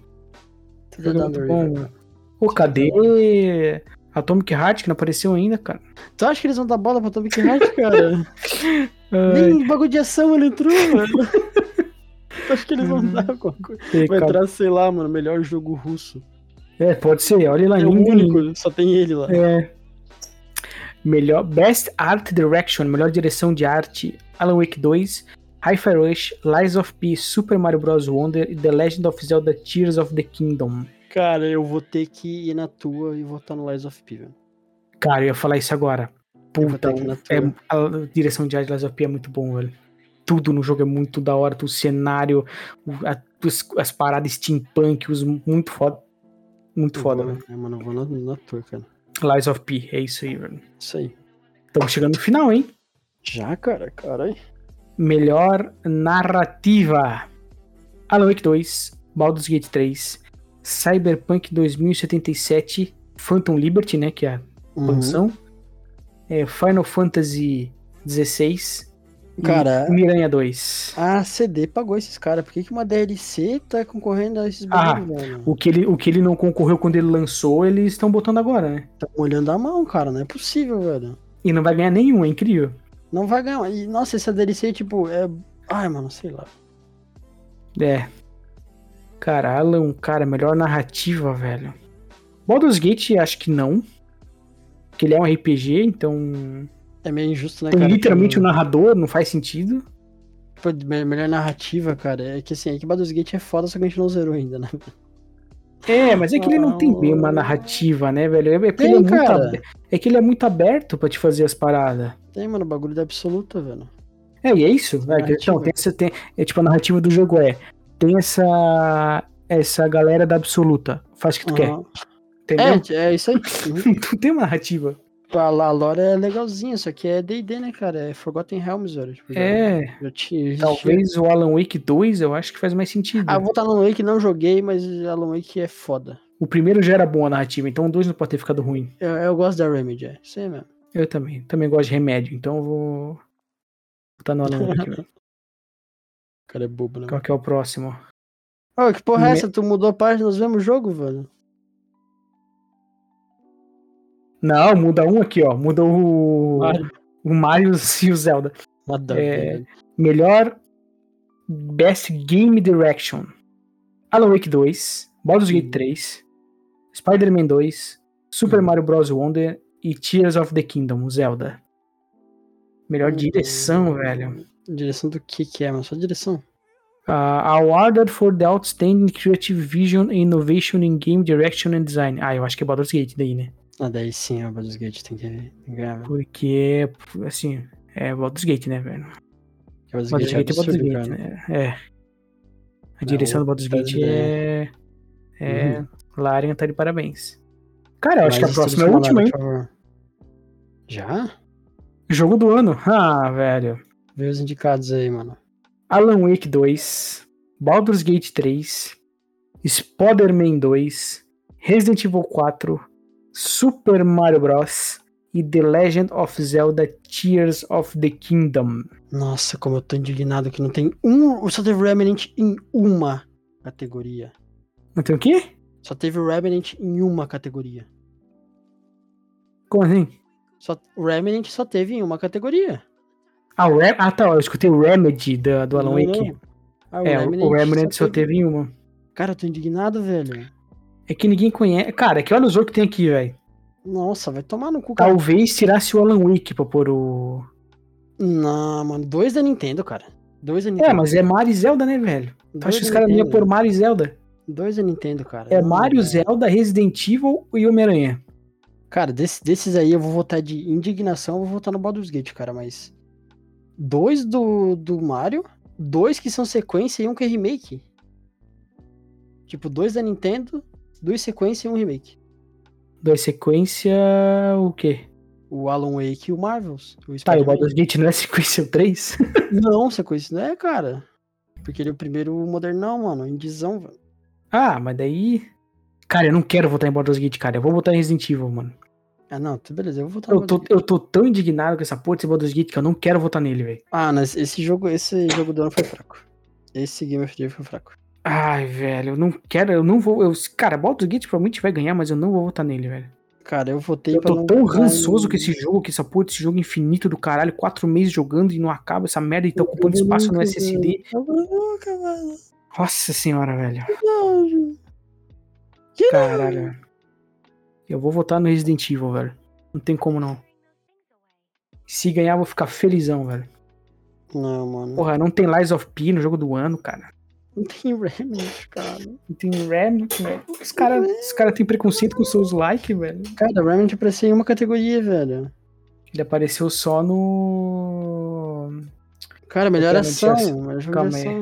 B: Tudo
A: Jogo é
B: Down the
A: muito
B: River.
A: bom, velho. Pô, cadê Atomic Heart, que não apareceu ainda, cara?
B: Tu acha que eles vão dar bola pra Atomic Heart, cara?
A: Ai,
B: Nem um bagulho de ação ele entrou, mano. Tu acha que eles vão dar
A: Hum.
B: alguma coisa? Vai
A: cara.
B: entrar, sei lá, mano, melhor jogo russo.
A: É, pode ser. Olha lá,
B: É o
A: ninguém-
B: único, só tem ele lá.
A: É. Melhor Best Art Direction, melhor direção de arte, Alan Wake 2, Hi-Fi Rush, Lies of P, Super Mario Bros. Wonder e The Legend of Zelda Tears of the Kingdom.
B: Cara, eu vou ter que ir na tua e votar no Lies of P, velho.
A: Cara, eu ia falar isso agora.
B: Eu vou
A: Puta,
B: ter que ir na tua.
A: é, a direção de arte de Lies of P é muito bom, velho. Tudo no jogo é muito da hora, o cenário, o- a- as, as paradas steampunk, os muito foda. Muito
B: Eu
A: foda, né?
B: vou-
A: velho.
B: É, mano, eu vou na, na tua, cara.
A: Lies of P, é isso aí, velho.
B: Isso aí.
A: Estamos chegando no final, hein?
B: Já, cara, caralho.
A: Melhor narrativa: Alan Wake 2, Baldur's Gate 3, Cyberpunk 2077, Phantom Liberty, né, que é a
B: Uhum.
A: expansão, é, Final Fantasy 16
B: Cara,
A: e Miranha 2.
B: a CD pagou esses caras. Por que, que uma DLC tá concorrendo a esses
A: Ah,
B: bagulho, velho?
A: O que, ele, o que ele não concorreu quando ele lançou, eles estão botando agora, né?
B: Tá molhando a mão, cara. Não é possível, velho.
A: E não vai ganhar nenhum, é incrível.
B: Não vai ganhar. E, nossa, essa DLC, tipo, é. Ai, mano, sei lá.
A: É. Cara, Alan, um cara, melhor narrativa, velho. Baldur's Gate, acho que não. Porque ele é um RPG, então
B: É meio injusto, né,
A: Tem
B: cara?
A: literalmente o
B: Tipo,
A: narrador, não faz sentido.
B: Pô, me- melhor narrativa, cara, é que assim, é que Baldur's Gate é foda, só que a gente não zerou ainda, né?
A: É, mas é que ele não tem bem uma
B: Ah.
A: narrativa, né, velho? É, é que
B: Tem,
A: ele é, muito
B: cara.
A: abe- é que ele é muito aberto pra te fazer as paradas.
B: Tem, mano, bagulho da absoluta, velho.
A: É, e é isso. né?
B: Narrativa.
A: Então, tem essa, tem, é tipo, a narrativa do jogo é: tem essa essa galera da absoluta, faz o que tu quer,
B: Aham.
A: entendeu?
B: É, é isso aí. Uhum.
A: Tu tem uma narrativa.
B: a, a lore é legalzinha, só que é D&D, né, cara? É Forgotten Realms, velho. Tipo, já-
A: É,
B: já tinha- existia.
A: talvez o Alan Wake 2 eu acho que faz mais sentido.
B: Ah, vou estar no Wake, não joguei, mas Alan Wake é foda.
A: O primeiro já era bom a narrativa, então o 2 não pode ter ficado ruim.
B: Eu, eu gosto da Remedy, é. Isso aí mesmo.
A: Eu também. Também gosto de remédio, então eu vou. Botar no Alan Wake. velho.
B: O cara é bobo, né?
A: Qual que é o próximo?
B: Ô, que porra é
A: Me-
B: essa? Tu mudou a página, nós vemos o jogo, velho?
A: Não, muda um aqui, ó. Muda o.
B: Mario.
A: O Mario e o Zelda.
B: Nada a
A: É.
B: ver, Ah, velho.
A: Melhor Best Game Direction: Alan Wake 2, Baldur's Gate
B: Hum.
A: 3, Spider-Man 2, Super
B: Hum.
A: Mario Bros. Wonder e Tears of the Kingdom, o Zelda. Melhor
B: Hum.
A: direção, velho.
B: Direção do que que é, mano? Só direção.
A: Ah, awarded for the Outstanding Creative Vision and Innovation in Game Direction and Design. Ah, eu acho que é Baldur's Gate daí, né?
B: Ah, daí sim, o Baldur's Gate tem que tem que ganhar, velho.
A: Porque, assim, é Baldur's Gate, né, velho?
B: Porque o
A: Baldur's
B: Baldur's Gate é
A: Gate é Baldur's
B: absurdo,
A: Gate,
B: cara.
A: né? É. A direção do Baldur's
B: tá
A: Gate
B: de- Uhum.
A: é. É. Larian tá de parabéns. Cara, eu acho que a
B: Mas
A: próxima é a
B: estudos
A: última, hein?
B: por favor. Já?
A: Jogo do ano. Ah, velho.
B: Vê os indicados aí, mano.
A: Alan Wake 2, Baldur's Gate 3, Spider-Man 2, Resident Evil 4, Super Mario Bros. e The Legend of Zelda Tears of the Kingdom.
B: Nossa, como eu tô indignado que não tem um. Só teve Remnant em uma categoria.
A: Não tem o quê?
B: Só teve Remnant em uma categoria.
A: Como assim?
B: Só, o Remnant só teve em uma categoria.
A: Ah, o Re- ah, tá. Eu escutei o Remedy da- do Alan
B: Não,
A: Wake.
B: não. Ah,
A: É, o Remnant só teve em uma.
B: Cara, eu tô indignado, velho.
A: É que ninguém conhece. Cara, é que olha os outros que tem aqui, velho.
B: Nossa, vai tomar no
A: Tá
B: cu, cara.
A: Talvez tirasse o Alan Wake pra pôr o.
B: Não, mano. Dois da Nintendo, cara. Dois da Nintendo.
A: É, mas é Mario e Zelda, né, velho? Tu acha
B: Dois
A: que
B: da
A: os caras não iam
B: Nintendo.
A: pôr Mario e Zelda?
B: Dois da Nintendo, cara.
A: É
B: Não,
A: Mario,
B: cara.
A: Zelda, Resident Evil e Homem-Aranha.
B: Cara, desse- desses aí eu vou votar de indignação, eu vou votar no Baldur's Gate, cara, mas. Dois do, do Mario, dois que são sequência e um que é remake. Tipo, dois da Nintendo, duas sequência e um remake.
A: Dois sequência. O quê?
B: O Alan Wake e o Marvels. O
A: Tá, e o
B: Spider-Man.
A: Baldur's Gate não é sequência 3?
B: Não, sequência não é, cara. Porque ele é o primeiro modernão, mano, indizão, velho.
A: ah, mas daí. Cara, eu não quero votar em Baldur's Gate, cara. Eu vou votar em Resident Evil, mano.
B: Ah, não, tudo beleza, eu vou votar no
A: Eu tô,
B: Baldur's Gate.
A: eu tô tão indignado com essa porra desse Baldur's Gate que eu não quero votar nele, velho.
B: Ah, mas esse jogo, esse jogo do ano foi fraco. Esse Game of the Year foi fraco.
A: Ai, velho, eu não quero, eu não vou. Eu, cara, Baldur's Gate provavelmente vai ganhar, mas eu não vou votar nele, velho.
B: Cara, eu votei
A: Eu
B: pra
A: tô
B: não
A: tão
B: votar em-
A: rançoso com esse jogo, que essa porra desse jogo é infinito do caralho, quatro meses jogando e não acaba essa merda e tá ocupando espaço no SSD.
B: Eu nunca, mano.
A: Nossa senhora, velho.
B: Não. Que
A: Caralho. velho. Eu vou votar no Resident Evil, velho. Não tem como não. Se ganhar, eu vou ficar felizão, velho.
B: Não, mano.
A: Porra, não tem Lies of P no jogo do ano, cara.
B: Não tem Remnant, cara.
A: Não tem Ram, não tem... Os caras os cara têm preconceito com seus likes, velho.
B: Cara, Remnant apareceu em uma categoria, velho.
A: Ele apareceu só no.
B: Cara, melhor
A: Remnant
B: ação.
A: ação.
B: Melhor jogo
A: Calma
B: de
A: aí.
B: ação.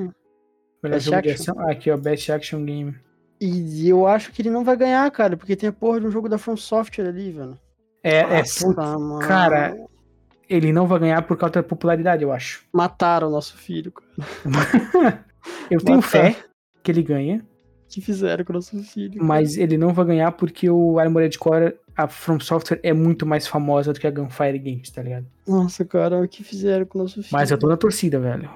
A: Melhor
B: Best
A: jogo de
B: Action.
A: ação. Ah, aqui, ó, Best Action Game.
B: E eu acho que ele não vai ganhar, cara, porque tem a porra de um jogo da From Software ali, velho.
A: É, é
B: Nossa,
A: putz,
B: mano.
A: cara. ele não vai ganhar por causa da popularidade, eu acho.
B: Mataram o nosso filho, cara.
A: Eu tenho
B: Bota.
A: fé que ele ganha,
B: O que fizeram com o nosso filho?
A: mas ele não vai ganhar porque o Armored Core, a From Software, é muito mais famosa do que a Gunfire Games, tá ligado?
B: Nossa, cara, o que fizeram com o nosso filho?
A: Mas eu tô na torcida, velho.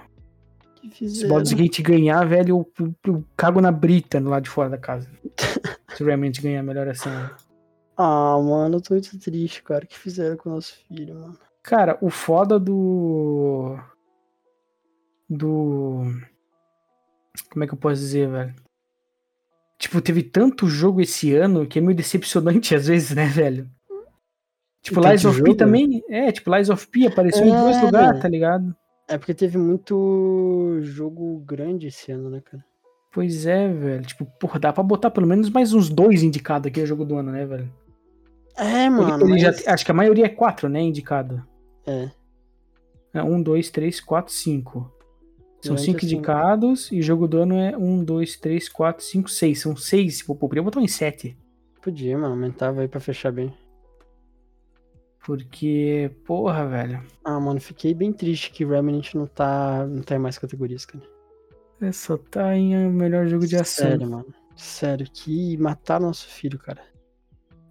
B: O que
A: Se
B: fizeram?
A: o Baldur's Gate ganhar, velho, eu, eu- eu cago na brita no lado de fora da casa. Se realmente ganhar, melhor assim.
B: Ah, mano, eu tô muito triste, cara. O que fizeram com o nosso filho, mano?
A: Cara, o foda do. Do. Como é que eu posso dizer, velho? Tipo, teve tanto jogo esse ano que é meio decepcionante às vezes, né, velho? Tipo,
B: Tanto
A: Lies of P
B: jogo?
A: também. É, tipo, Lies of P apareceu em dois
B: É,
A: lugares,
B: né?
A: tá ligado?
B: É porque teve muito jogo grande esse ano, né, cara?
A: Pois é, velho. Tipo, porra, dá pra botar pelo menos mais uns dois indicados aqui no jogo do ano, né, velho?
B: É,
A: Ele-
B: mano.
A: ele
B: mas-
A: já te- acho que a maioria é quatro, né, indicado.
B: É.
A: É, um, dois, três, quatro, cinco. São
B: Durante
A: cinco
B: a semana.
A: indicados e jogo do ano é um, dois, três, quatro, cinco, seis. São seis. tipo, Pô, poderia botar um em sete.
B: Podia, mano. Aumentava aí pra fechar bem.
A: Porque, porra, velho.
B: Ah, mano, fiquei bem triste que Remnant não tá, não tá em mais categorias, cara.
A: É, Só tá em eh, melhor jogo de ação.
B: Sério, mano. Sério, que mataram nosso filho, cara.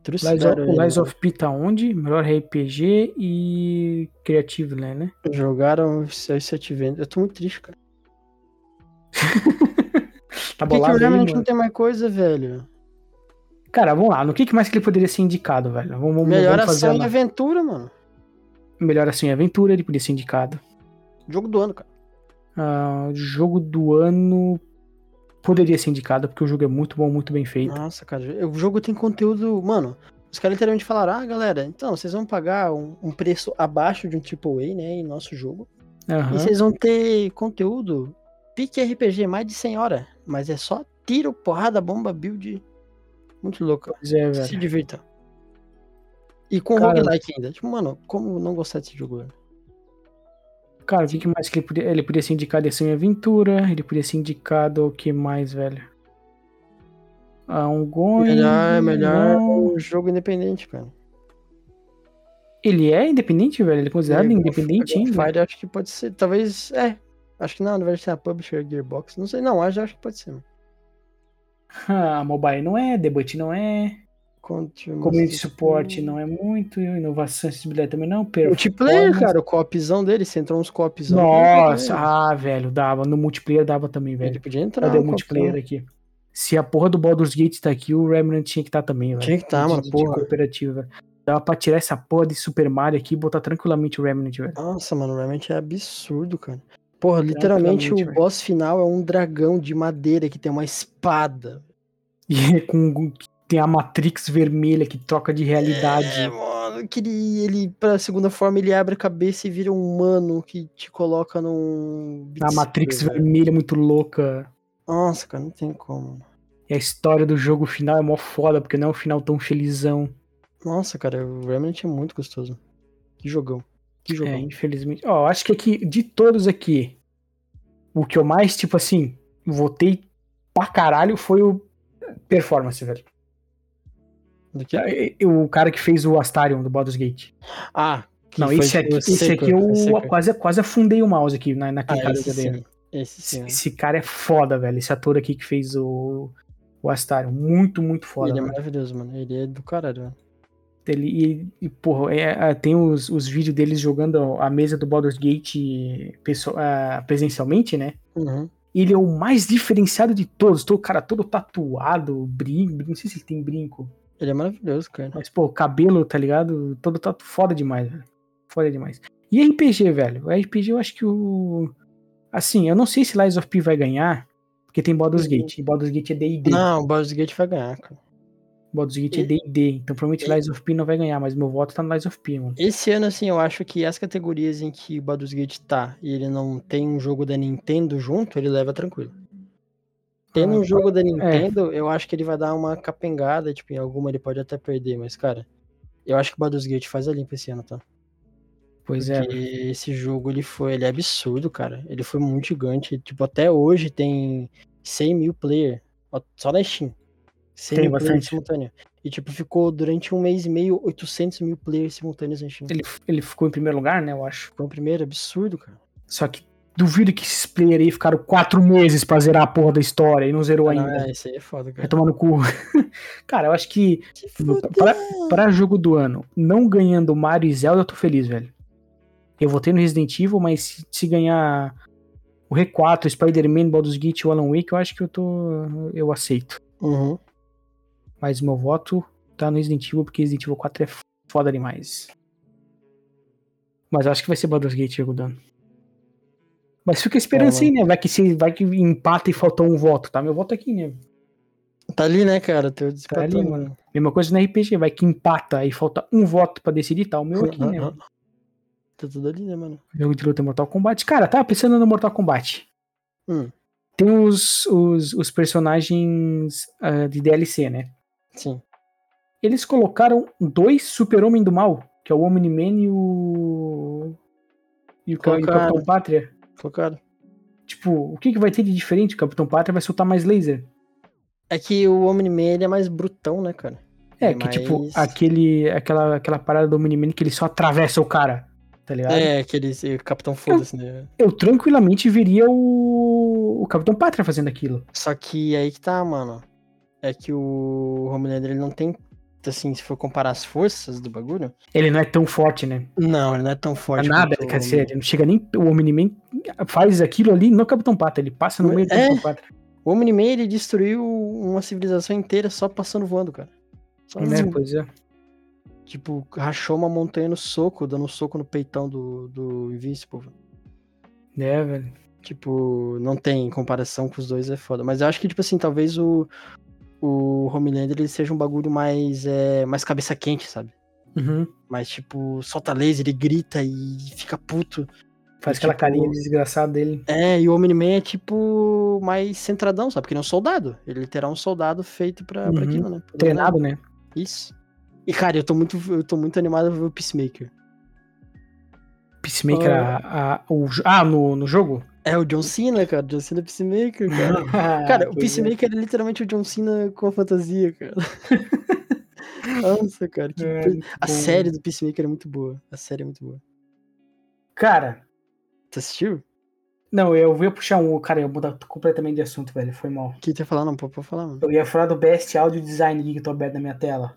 A: Lies of,
B: Trouxeram
A: o Lies
B: ele,
A: of P tá onde? Melhor RPG e criativo, né? né?
B: mano. Jogaram os seus sete vendas. Eu tô muito triste, cara.
A: Tá
B: Por que, que o
A: bolado aí,
B: Remnant não
A: mano?
B: tem mais coisa, velho?
A: Cara, vamos lá. No que, que mais que ele poderia ser indicado, velho? Vamos, vamos,
B: Melhor
A: vamos fazer
B: ação e
A: lá.
B: aventura, mano.
A: Melhor ação e aventura, ele podia ser indicado.
B: Jogo do ano, cara.
A: Ah, jogo do ano poderia ser indicado, porque o jogo é muito bom, muito bem feito.
B: Nossa, cara. O jogo tem conteúdo. Mano, os caras literalmente falaram: ah, galera, então vocês vão pagar um, um preço abaixo de um AAA, né, em nosso jogo.
A: Aham.
B: E vocês vão ter conteúdo pique RPG, mais de 100 horas. Mas é só tiro, porrada, bomba, build. Muito louco.
A: Pois é,
B: Se
A: velho.
B: divirta. E com
A: Cara-
B: roguelike ainda. Tipo, mano, como não gostar desse jogo? velho?
A: Cara, o que que mais que ele podia. Ele podia ser indicado em ação e aventura, ele podia ser indicado ao que mais, velho? A um Goi,
B: Melhor, melhor
A: não.
B: o Um jogo independente, cara.
A: Ele é independente, velho? Ele é considerado
B: Gunf-
A: independente ainda?
B: Gunfire, acho que pode ser. Talvez. É. Acho que não, não vai ser a publisher Gearbox. Não sei, não. Acho, acho que pode ser. mano.
A: Ah, mobile não é, debut não é,
B: Continuous-
A: community support não é muito, inovação e acessibilidade também não, perfil.
B: tipo Multiplayer, cara, um o copzão dele. Se entrou uns copzão.
A: Nossa, ah, velho, dava. No multiplayer dava também,
B: Ele
A: velho.
B: podia entrar.
A: Cadê o
B: um
A: multiplayer aqui? Se a porra do Baldur's Gate tá aqui, o Remnant tinha que estar também, velho.
B: Tinha que tá, mano,
A: De- de
B: porra.
A: cooperativa. Dava pra tirar essa porra de Super Mario aqui e botar tranquilamente o Remnant, velho.
B: copzão. Nossa, mano, realmente é absurdo, cara. Porra, literalmente o
A: Tranquilamente, velho.
B: boss final é um dragão de madeira que tem uma espada.
A: E é com, tem a Matrix vermelha que troca de
B: É,
A: realidade.
B: mano, que ele, ele, pra segunda forma, ele abre a cabeça e vira um humano que te coloca num.
A: a Matrix
B: velho.
A: vermelha é muito louca.
B: Nossa, cara, não tem como.
A: E a história do jogo final é mó foda, porque não é um final tão felizão.
B: Nossa, cara, o Remnant é muito gostoso. Que jogão. Que
A: É,
B: jogão.
A: infelizmente. Ó, acho que aqui, de todos aqui, o que eu mais, tipo assim, votei pra caralho foi o Performance, velho.
B: Do que-
A: E- e- é, O cara que fez o Astarion do Baldur's Gate.
B: Ah, que
A: não,
B: foi
A: esse aqui, é
B: do
A: esse
B: Seco,
A: aqui eu
B: foi Seco.
A: quase, quase afundei o mouse aqui na, naquele
B: Ah,
A: cara
B: esse
A: que eu dei.
B: sim. Esse
A: Esse,
B: sim.
A: esse cara é foda, velho. Esse ator aqui que fez o, o o Astarion. Muito, muito foda. né?
B: ele é
A: mano.
B: maravilhoso, mano. Ele é do caralho, velho.
A: Ele, e, e, porra, é, é, tem os, os vídeos deles jogando a mesa do Baldur's Gate pesso- ah, presencialmente, né?
B: Uhum.
A: Ele é o mais diferenciado de todos. Tô, cara todo tatuado, brinco, não sei se ele tem brinco.
B: Ele é maravilhoso, cara.
A: Mas, pô, cabelo, tá ligado? Todo tatu foda demais, velho. Foda demais. E RPG, velho? O RPG eu acho que o. Assim, eu não sei se Lies of P vai ganhar, porque tem Baldur's
B: Uhum.
A: Gate. E Baldur's Gate é DD.
B: Não, Uhum. o Baldur's Gate vai ganhar, cara.
A: Baldur's Gate é
B: Ele-
A: DD. Então provavelmente Lies of P não vai ganhar, mas meu voto tá no Lies of P, mano.
B: Esse ano, assim, eu acho que as categorias em que o Baldur's Gate tá e ele não tem um jogo da Nintendo junto, ele leva tranquilo. Tendo
A: Ah,
B: um jogo da Nintendo, eu acho que ele vai dar uma capengada, tipo, em alguma ele pode até perder, mas, cara, eu acho que o Baldur's Gate faz a limpa esse ano, tá?
A: Pois é.
B: Porque esse jogo, ele foi, ele é absurdo, cara. Ele foi muito gigante. Tipo, até hoje tem 100 mil player, ó, só na Steam. 100
A: Tem
B: mil players
A: bastante.
B: simultâneo. E, tipo, ficou durante um mês e meio 800 mil players simultâneos na Steam.
A: Ele, ele ficou em primeiro lugar, né? Eu acho.
B: Foi o primeiro, é absurdo, cara.
A: Só que duvido que esses players aí ficaram quatro meses pra zerar a porra da história e não zerou
B: Ah, não,
A: ainda.
B: é, isso aí é foda,
A: Vai
B: cara.
A: tomar no cu. Cara, eu acho que
B: Se
A: Pra-
B: fuder.
A: pra jogo do ano, não ganhando Mario e Zelda, eu tô feliz, velho. Eu votei no Resident Evil, mas se, se ganhar o R4, Spider-Man, Baldur's Gate e o Alan Wake, eu acho que eu tô. eu aceito.
B: Uhum.
A: Mas meu voto tá no Resident Evil, porque Resident Evil 4 é foda demais. Mas eu acho que vai ser Baldur's Gate jogo do ano. Mas fica a esperança
B: É,
A: aí, né? Vai que, se, vai que empata e faltou um voto, tá? Meu voto aqui, né?
B: Tá ali, né, cara? Teu
A: Tá ali, mano. Mesma coisa no RPG, vai que empata e falta um voto pra decidir, tá? O meu aqui, né?
B: Tá tudo ali, né, mano?
A: Jogo de luta Mortal Kombat. Cara, tava pensando no Mortal Kombat.
B: Hum.
A: Tem os, os, os personagens ah, de DLC, né?
B: Sim.
A: Eles colocaram dois Super-Homem do Mal, que é o Omni-Man e o. E o Ca- e o
B: Colocaram.
A: Capitão Pátria.
B: Colocaram.
A: Tipo, o que, que vai ter de diferente? O Capitão Pátria vai soltar mais laser.
B: É que o Omni-Man, ele é mais brutão, né, cara?
A: É,
B: É
A: que tipo,
B: mais-
A: aquele, aquela, aquela parada do Omni-Man que ele só atravessa o cara, tá ligado?
B: É, aquele esse Capitão Foda-se, né?
A: Eu tranquilamente veria o, o Capitão Pátria fazendo aquilo.
B: Só que aí que tá, mano. É que o Homelander, ele não tem... Assim, se for comparar as forças do bagulho...
A: Ele não é tão forte, né?
B: Não, ele não é tão
A: Pra
B: forte.
A: nada,
B: quanto o
A: quer dizer, ele não chega nem. O Omni-Man faz aquilo ali no Capitão Pátria, ele passa no
B: Mas-
A: meio do
B: é?
A: Capitão Pátria.
B: O Omni-Man, ele destruiu uma civilização inteira só passando voando, cara. Só
A: Né? Pois é.
B: Tipo, rachou uma montanha no soco, dando um soco no peitão do, do Invincible. velho.
A: É, velho.
B: Tipo, não tem comparação com os dois, é foda. Mas eu acho que, tipo assim, talvez o, o Homelander ele seja um bagulho mais, é, mais cabeça quente, sabe?
A: Uhum.
B: Mas, tipo, solta laser, ele grita e fica puto.
A: Faz
B: E,
A: aquela
B: tipo,
A: carinha desgraçada dele.
B: É, e o Omni-Man é, tipo, mais centradão, sabe? Porque ele é um soldado. Ele terá um soldado feito pra,
A: Uhum.
B: pra aquilo, né? Pra dominar.
A: Treinado, né?
B: Isso. E, cara, eu tô muito, eu tô muito animado pra ver o Peacemaker.
A: Peacemaker,
B: Ah.
A: a- a- o jo- ah, no, no jogo?
B: É o John Cena, cara. John Cena é Peacemaker, cara. Cara, o Peacemaker é literalmente o John Cena com a fantasia, cara. Nossa, cara. que
A: É,
B: coisa-
A: muito
B: A
A: bom.
B: série do Peacemaker é muito boa. A série é muito boa.
A: Cara,
B: Tu assistiu?
A: não, eu ia puxar um. Cara, eu ia mudar completamente de assunto, velho. Foi mal.
B: Quem ia falar? Não, pode pode falar, mano.
A: Eu ia falar do Best Audio Design aqui que eu tô aberto na minha tela.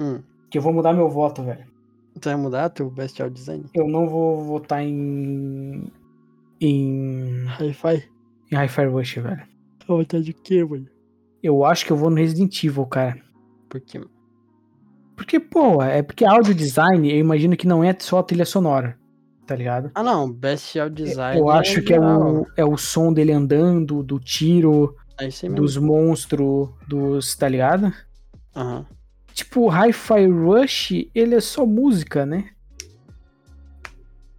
B: Hum.
A: Que eu vou mudar meu voto, velho.
B: Tu vai mudar teu best out design?
A: Eu não vou votar em. Em.
B: Hi-Fi?
A: Em Hi-Fi Rush, velho.
B: Tá vontade de quê, mano?
A: Eu acho que eu vou no Resident Evil, cara.
B: Por quê? mano?
A: Porque, pô, é porque áudio design, eu imagino que não é só a trilha sonora, tá ligado?
B: Ah, não. Best out design.
A: É, Eu acho que é
B: geral.
A: o, é o som dele andando, do tiro,
B: É isso aí mesmo.
A: dos monstros, dos. tá ligado?
B: Aham.
A: Tipo, o Hi-Fi Rush, ele é só música, né?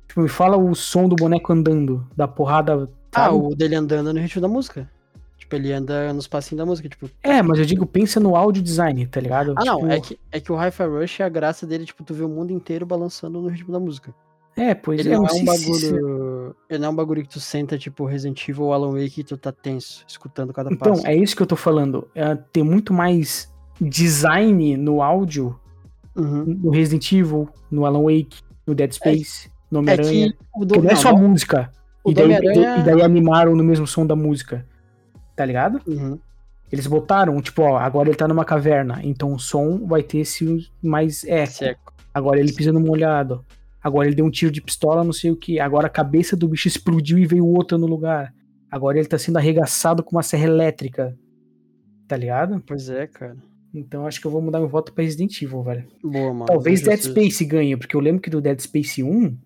A: Tipo, me fala o som do boneco andando, da porrada.
B: Ah,
A: sabe?
B: o dele andando no ritmo da música. Tipo, ele anda nos passinhos da música, tipo...
A: É, mas eu digo, pensa no áudio design, tá ligado?
B: Ah, não,
A: Tipo,
B: é que, é que o Hi-Fi Rush, a graça dele, tipo, tu vê o mundo inteiro balançando no ritmo da música.
A: É, pois
B: Ele
A: é, eu
B: não é
A: sei
B: um
A: se- se-
B: bagulho. Ele não é um bagulho que tu senta, tipo, Resident Evil ou Alan Wake e tu tá tenso, escutando cada
A: Então,
B: passo.
A: é isso que eu tô falando. É, tem muito mais design no áudio,
B: Uhum.
A: no Resident Evil, no Alan Wake, no Dead Space, no
B: É
A: Homem-Aranha.
B: que o do
A: Porque não é só
B: não,
A: música.
B: o
A: E
B: do
A: daí,
B: Homem-Aranha-
A: e daí animaram no mesmo som da música. Tá ligado?
B: Uhum.
A: Eles botaram, tipo, ó, agora ele tá numa caverna, então o som vai ter esse mais eco.
B: Seco.
A: Agora ele pisa no molhado. Agora ele deu um tiro de pistola, não sei o que. Agora a cabeça do bicho explodiu e veio outra no lugar. Agora ele tá sendo arregaçado com uma serra elétrica. Tá ligado?
B: Pois é, cara.
A: Então acho que eu vou mudar meu voto pra Resident Evil, velho.
B: Boa, mano.
A: Talvez
B: Ah, Eu já
A: Dead
B: sei.
A: Space ganhe, porque eu lembro que do Dead Space 1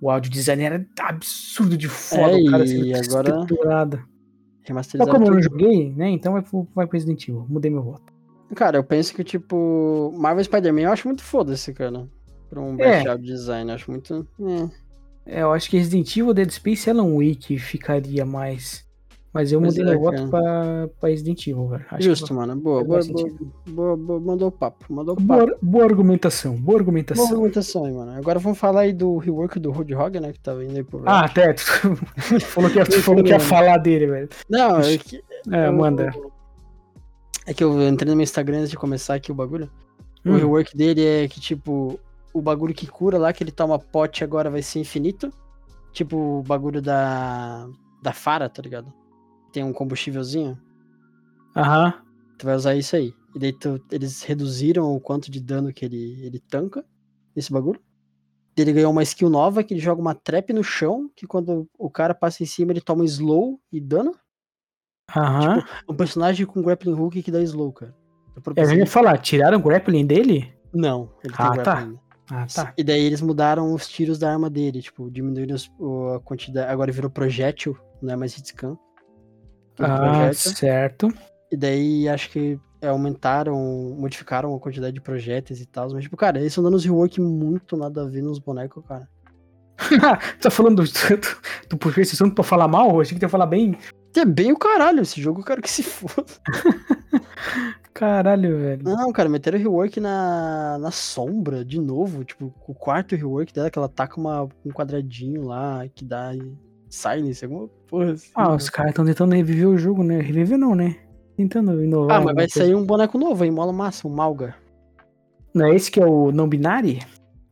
A: o áudio design era absurdo de foda,
B: É,
A: o cara
B: e
A: sendo
B: agora-
A: estruturado. Mas
B: Remasterizado.
A: como eu não
B: tudo.
A: joguei, né? Então vai pro, vai pro Resident Evil. Mudei meu voto.
B: Cara, eu penso que, tipo, Marvel e Spider-Man eu acho muito foda-se, cara. Pra um
A: É.
B: best design, eu acho muito. É.
A: É, eu acho que Resident Evil, Dead Space e Alan Wake ficaria mais. Mas eu
B: Pois
A: mudei
B: é,
A: meu
B: cara.
A: voto pra, pra Resident Evil, velho. Acho que
B: Justo, mano. Boa,
A: faz
B: boa,
A: mais
B: boa, boa, boa. Mandou o papo. Mandou o papo.
A: Boa, boa argumentação, boa argumentação.
B: Boa argumentação aí, mano. Agora vamos falar aí do rework do Roadhog, né? Que tava indo aí pro.
A: Ah, até. Tu falou que ia, tu falou que ia falar dele, velho.
B: não, é que.
A: É,
B: eu-
A: manda.
B: É que eu entrei no meu Instagram antes de começar aqui o bagulho. O
A: Hum.
B: rework dele é que, tipo, o bagulho que cura lá, que ele toma pote agora vai ser infinito. Tipo, o bagulho da. Da Fara, tá ligado? Tem um combustívelzinho.
A: Aham.
B: Tu vai usar isso aí. E daí tu- eles reduziram o quanto de dano que ele, ele tanca nesse bagulho. Ele ganhou uma skill nova que ele joga uma trap no chão, que quando o cara passa em cima ele toma slow e dano.
A: Aham.
B: Um personagem com grappling hook que dá slow, cara. Eu
A: É, eu
B: propus-
A: ia falar, tiraram o grappling dele?
B: Não, ele tem
A: Ah,
B: grappling.
A: tá.
B: ainda.
A: Ah, tá.
B: E daí eles mudaram os tiros da arma dele, tipo, diminuíram os- o- a quantidade. Agora virou projétil, não é mais hitscan. Virou
A: Ah,
B: projétil.
A: certo.
B: E daí acho que é, aumentaram, modificaram a quantidade de projéteis e tal. Mas, tipo, cara, eles estão dando uns rework muito nada a ver nos bonecos, cara.
A: tu tá falando do, do, do puxou esse assunto pra falar mal? Eu achei que tu ia falar bem.
B: É bem o caralho esse jogo, eu quero que se foda.
A: Caralho, velho.
B: Não, cara, meteram rework na, na sombra de novo. Tipo, o quarto rework dela, que ela taca uma, um quadradinho lá que dá silence, alguma porra assim.
A: Ah, os caras estão tentando reviver o jogo, né? Reviver não, né? Tentando inovar.
B: Ah, mas vai
A: alguma coisa.
B: sair um boneco novo aí, mola massa, um Malga.
A: Não é esse que é o não binário?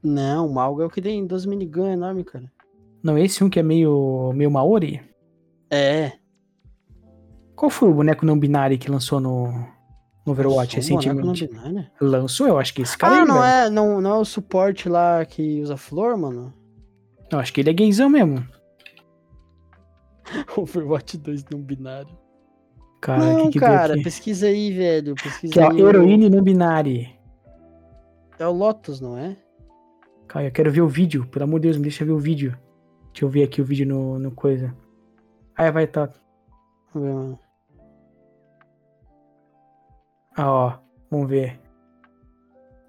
B: Não, o Malga é o que tem 12 minigun enorme, cara.
A: Não é esse um que é meio, meio Maori?
B: É.
A: Qual foi o boneco não binário que lançou no, no Overwatch
B: Nossa, um boneco não
A: recentemente?
B: binário?
A: Lançou? Eu acho que esse cara.
B: Ah,
A: aí,
B: não
A: velho.
B: é, não, não é o suporte lá que usa flor, mano?
A: Eu acho que ele é gayzão mesmo.
B: Overwatch 2 não binário.
A: Cara, Ah, o
B: não,
A: que que deu
B: cara,
A: aqui?
B: pesquisa aí, velho. Pesquisa
A: Que é
B: aí.
A: o heroína e não binária.
B: É o Lotus, não é?
A: Cara, eu quero ver o vídeo. Pelo amor de Deus, me deixa ver o vídeo. Deixa eu ver aqui o vídeo no, no coisa. Aí vai tá.
B: Vamos ver, mano.
A: Ah, ó. Vamos ver.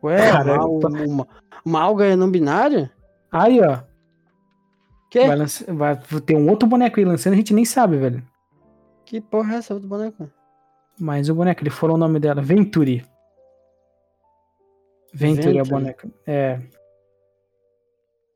B: Ué,
A: Cara,
B: uma, uma, uma, alga é não binária?
A: Aí, ó.
B: Que?
A: Vai, lança- vai ter um outro boneco aí lançando, a gente nem sabe, velho.
B: Que porra é essa do boneco?
A: Mas o boneco, ele falou o nome dela. Venturi. Venturi é o
B: Venturi.
A: boneco. É.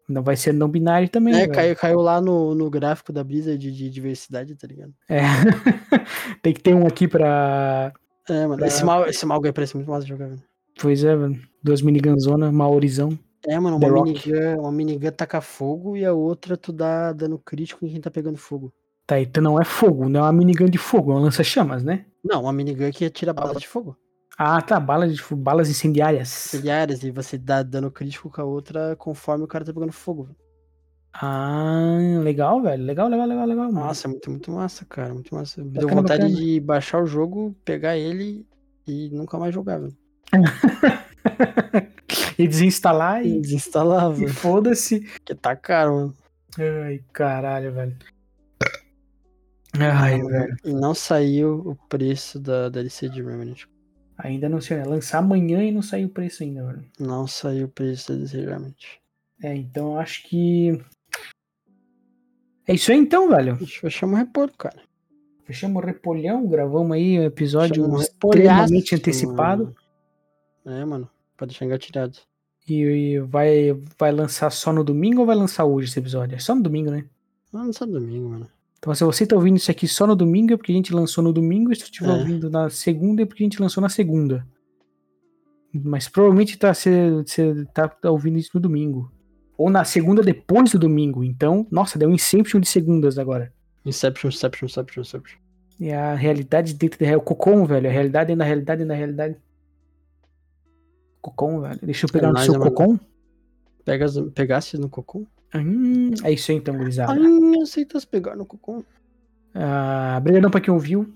A: Não vai ser não binário também,
B: É,
A: velho.
B: caiu, caiu lá no, no gráfico da brisa de, de diversidade, tá ligado?
A: É. Tem que ter um aqui pra.
B: É, mano.
A: É.
B: Esse, mal, esse malga aí parece muito massa de jogar, velho.
A: Pois é, velho. Duas miniganzonas, maorizão.
B: É, mano,
A: The
B: uma
A: Rock.
B: minigun, uma minigun taca fogo e a outra tu dá dano crítico em quem tá pegando fogo.
A: Tá, então não é fogo, não é uma minigun de fogo, é um lança-chamas, né?
B: Não, uma minigun é que atira bala de fogo.
A: Ah, tá. Bala de fu- balas incendiárias.
B: auxiliares e você dá dano crítico com a outra conforme o cara tá pegando fogo.
A: Ah, legal, velho. Legal, legal, legal, legal. mano.
B: Nossa, é muito, muito massa, cara. Muito massa. Me Deu
A: Bacana,
B: vontade
A: Hum. Tá bacana.
B: de baixar o jogo, pegar ele e nunca mais jogar, velho.
A: E desinstalar
B: E
A: e,
B: desinstalar,
A: e
B: velho.
A: foda-se.
B: Porque tá caro, mano.
A: Ai, caralho, velho. Ai,
B: Não,
A: velho.
B: E não saiu o preço da DLC de tipo, Remnant.
A: Ainda não sei, né? Lançar amanhã e não saiu o preço ainda, velho.
B: Não saiu o preço da DLC de Remnant.
A: É, então eu acho que. É isso aí então, velho.
B: Deixa eu chamar o repórter, cara.
A: Fechamos o repolhão, gravamos aí o episódio
B: Fechamos o
A: extremamente
B: repolhaço,
A: antecipado.
B: um mano. É, mano. Pode deixar engatilhado.
A: E, e vai, vai lançar só no domingo ou vai lançar hoje esse episódio? É só no domingo, né?
B: Não, não só domingo, mano.
A: Então, se você tá ouvindo isso aqui só no domingo, é porque a gente lançou no domingo, e se você estiver
B: É.
A: ouvindo na segunda, é porque a gente lançou na segunda. Mas provavelmente tá, você você tá, tá ouvindo isso no domingo. Ou na segunda depois do domingo. Então, nossa, deu um Inception de segundas agora.
B: Inception, Inception, Inception, Inception.
A: E a realidade dentro da realidade. O Cocom, velho. A realidade dentro da realidade dentro da realidade. Cocom, velho. Deixa eu pegar
B: É
A: no
B: nóis,
A: seu
B: né, mano?
A: Cocom.
B: Pegas, pegasse no cocô?
A: Hum, é isso aí então, gurizada.
B: Ai, aceitas pegar no cocô?
A: Ah, Obrigadão pra quem ouviu.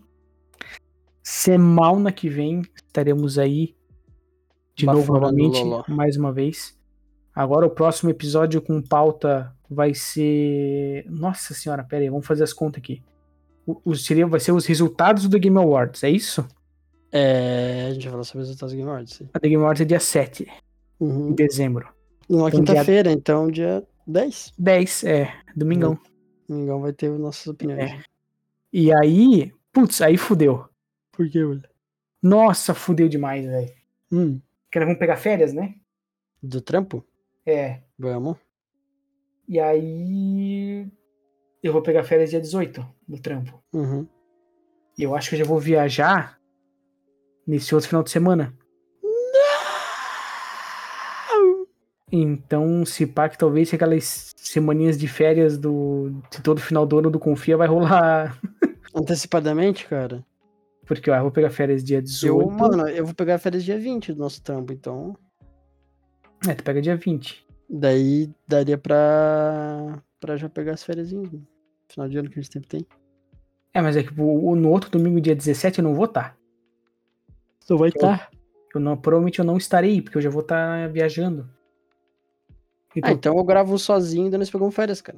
A: Semana que vem estaremos aí de novo
B: Baforando
A: novamente,
B: o loló.
A: mais uma vez. Agora o próximo episódio com pauta vai ser. Nossa senhora, pera aí, vamos fazer as contas aqui. O, o- seria, vai ser os resultados do Game Awards, é isso?
B: É, a gente vai falar sobre os resultados do Game Awards. sim.
A: A do Game Awards é dia 7 de
B: Uhum.
A: dezembro.
B: Numa
A: Então, dia-
B: quinta-feira, então, dia 10.
A: 10, é, domingão.
B: Domingão vai ter nossas opiniões.
A: É. E aí, putz, aí fudeu.
B: Por quê, velho?
A: Nossa, fudeu demais, velho.
B: Hum,
A: Porque nós vamos pegar férias, né?
B: do trampo?
A: É.
B: Vamos.
A: E aí. Eu vou pegar férias dia 18 do trampo.
B: Uhum.
A: E eu acho que eu já vou viajar nesse outro final de semana. Então, se pá, que talvez aquelas semaninhas de férias do de todo final do ano do Confia vai rolar.
B: Antecipadamente, cara.
A: Porque, ó, eu vou pegar férias dia 18.
B: Eu, mano, eu vou pegar férias dia 20 do nosso trampo, então.
A: É, tu pega dia 20.
B: Daí daria pra, pra já pegar as férias. Final de ano que a gente sempre tem.
A: É, mas é que o- o- no outro domingo, dia 17, eu não vou estar.
B: Tu vai
A: tá. Eu não, provavelmente eu não estarei, porque eu já vou estar viajando. Então,
B: Ah, então eu gravo sozinho, daí nós pegamos férias, cara.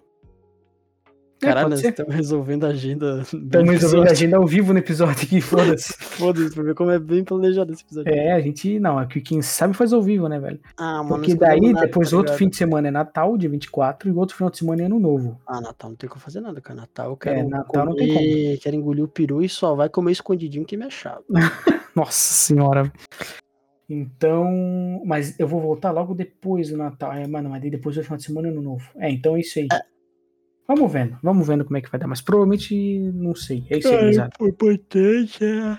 A: É,
B: Caralho,
A: pode
B: nós
A: ser.
B: estamos resolvendo a agenda. do
A: Estamos resolvendo a
B: episódio.
A: agenda ao vivo no episódio aqui, foda-se.
B: Foda-se, pra ver como é bem planejado esse episódio.
A: É, a gente. Não, aqui quem sabe faz ao vivo, né, velho?
B: Ah, mano,
A: Porque
B: não escolhemos
A: daí,
B: nada,
A: depois,
B: tá
A: outro
B: ligado?
A: fim de semana é Natal, dia 24, e outro final de semana é Ano Novo.
B: Ah, Natal não tem como fazer nada, cara. Natal eu quero
A: É, Natal não tem
B: comer, quero engolir o peru e só vai comer escondidinho que me achava.
A: Nossa senhora. Então. Mas eu vou voltar logo depois do Natal. É, mano, mas daí depois do final de semana é Ano Novo. É, então é isso aí. Vamos vendo, vamos vendo como é que vai dar. Mas provavelmente não sei. É isso aí, gurizada.
B: importante é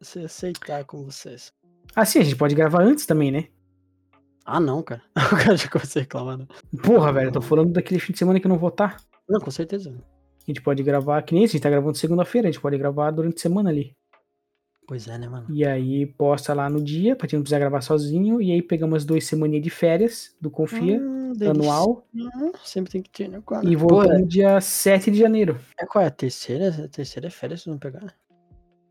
B: você aceitar com vocês.
A: Assim, a gente pode gravar antes também, né?
B: Ah, não, cara. O cara já começou a reclamar, não.
A: Porra, velho, eu
B: Hum.
A: tô falando daquele fim de semana que eu não vou estar.
B: Não, com certeza. não.
A: A gente pode gravar, que nem esse, a gente tá gravando segunda-feira, a gente pode gravar durante a semana ali.
B: Pois é, né, mano?
A: E aí posta lá no dia, pra gente não precisar gravar sozinho. E aí pegamos as duas semaninhas de férias do Confia,
B: Hum,
A: anual.
B: delicinha. Sempre tem que ter, né, cara?
A: E
B: Pô,
A: voltamos dia 7 de janeiro.
B: é- é qual é a terceira? A terceira é férias, vocês vão pegar?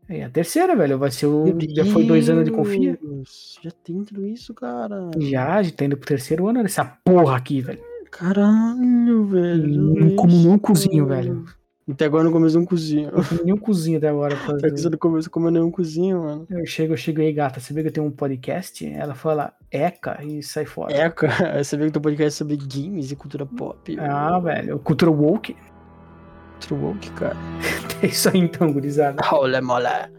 A: É a terceira, velho. Vai ser o. Já foi dois anos de Confia?
B: Deus, Já tem tudo isso, cara.
A: Já, a gente tá indo pro terceiro ano dessa porra aqui, velho.
B: Caralho, velho.
A: Não Hum, como
B: isso.
A: nenhum cozinho, velho.
B: Até agora eu não comeu um cozinho.
A: Não comi nenhum cozinho até agora. pra
B: Até que você
A: fazer.
B: não comeu, comeu nenhum cozinho, mano.
A: Eu chego, eu chego e aí, gata. Você vê que eu tenho um podcast? Ela fala, eca, e sai fora.
B: É, cara. Você viu que teu podcast é sobre games e cultura pop.
A: Ah, velho. Cultura woke.
B: True woke, cara.
A: É isso aí então, gurizada.
B: Olha, mola.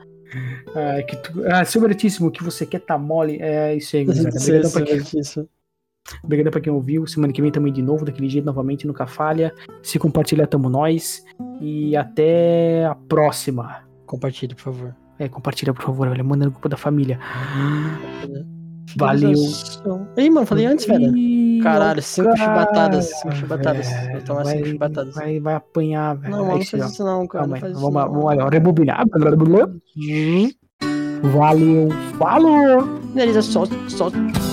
A: Ah, que tu... ah, seu Bertíssimo, o que você quer tá mole. É isso aí, gurizada.
B: Isso,
A: Obrigadão pra
B: isso,
A: quem
B: isso.
A: Obrigado pra quem ouviu. Semana que vem também de novo, daquele jeito novamente no Cafalha. Se compartilhar, tamo nós. E até a próxima.
B: Compartilhe, por favor.
A: É, compartilha, por favor, velho. Manda no grupo da família. Valeu.
B: Finalização. Ei, um. mano, falei antes, velho.
A: Ih,
B: Caralho, cinco
A: cara,
B: chibatadas, cinco chibatadas.
A: velho,
B: Vou tomar
A: vai,
B: cinco chibatadas.
A: Vai, vai apanhar, velho.
B: Não, mano,
A: é
B: não
A: isso, aí,
B: faz
A: ó.
B: isso não, cara.
A: Calma
B: Não
A: aí.
B: faz isso Uhum.
A: Vamos lá,
B: não.
A: vamos lá, é ó. Rebobinar. Valeu, falou!
B: Finaliza, solta, solta.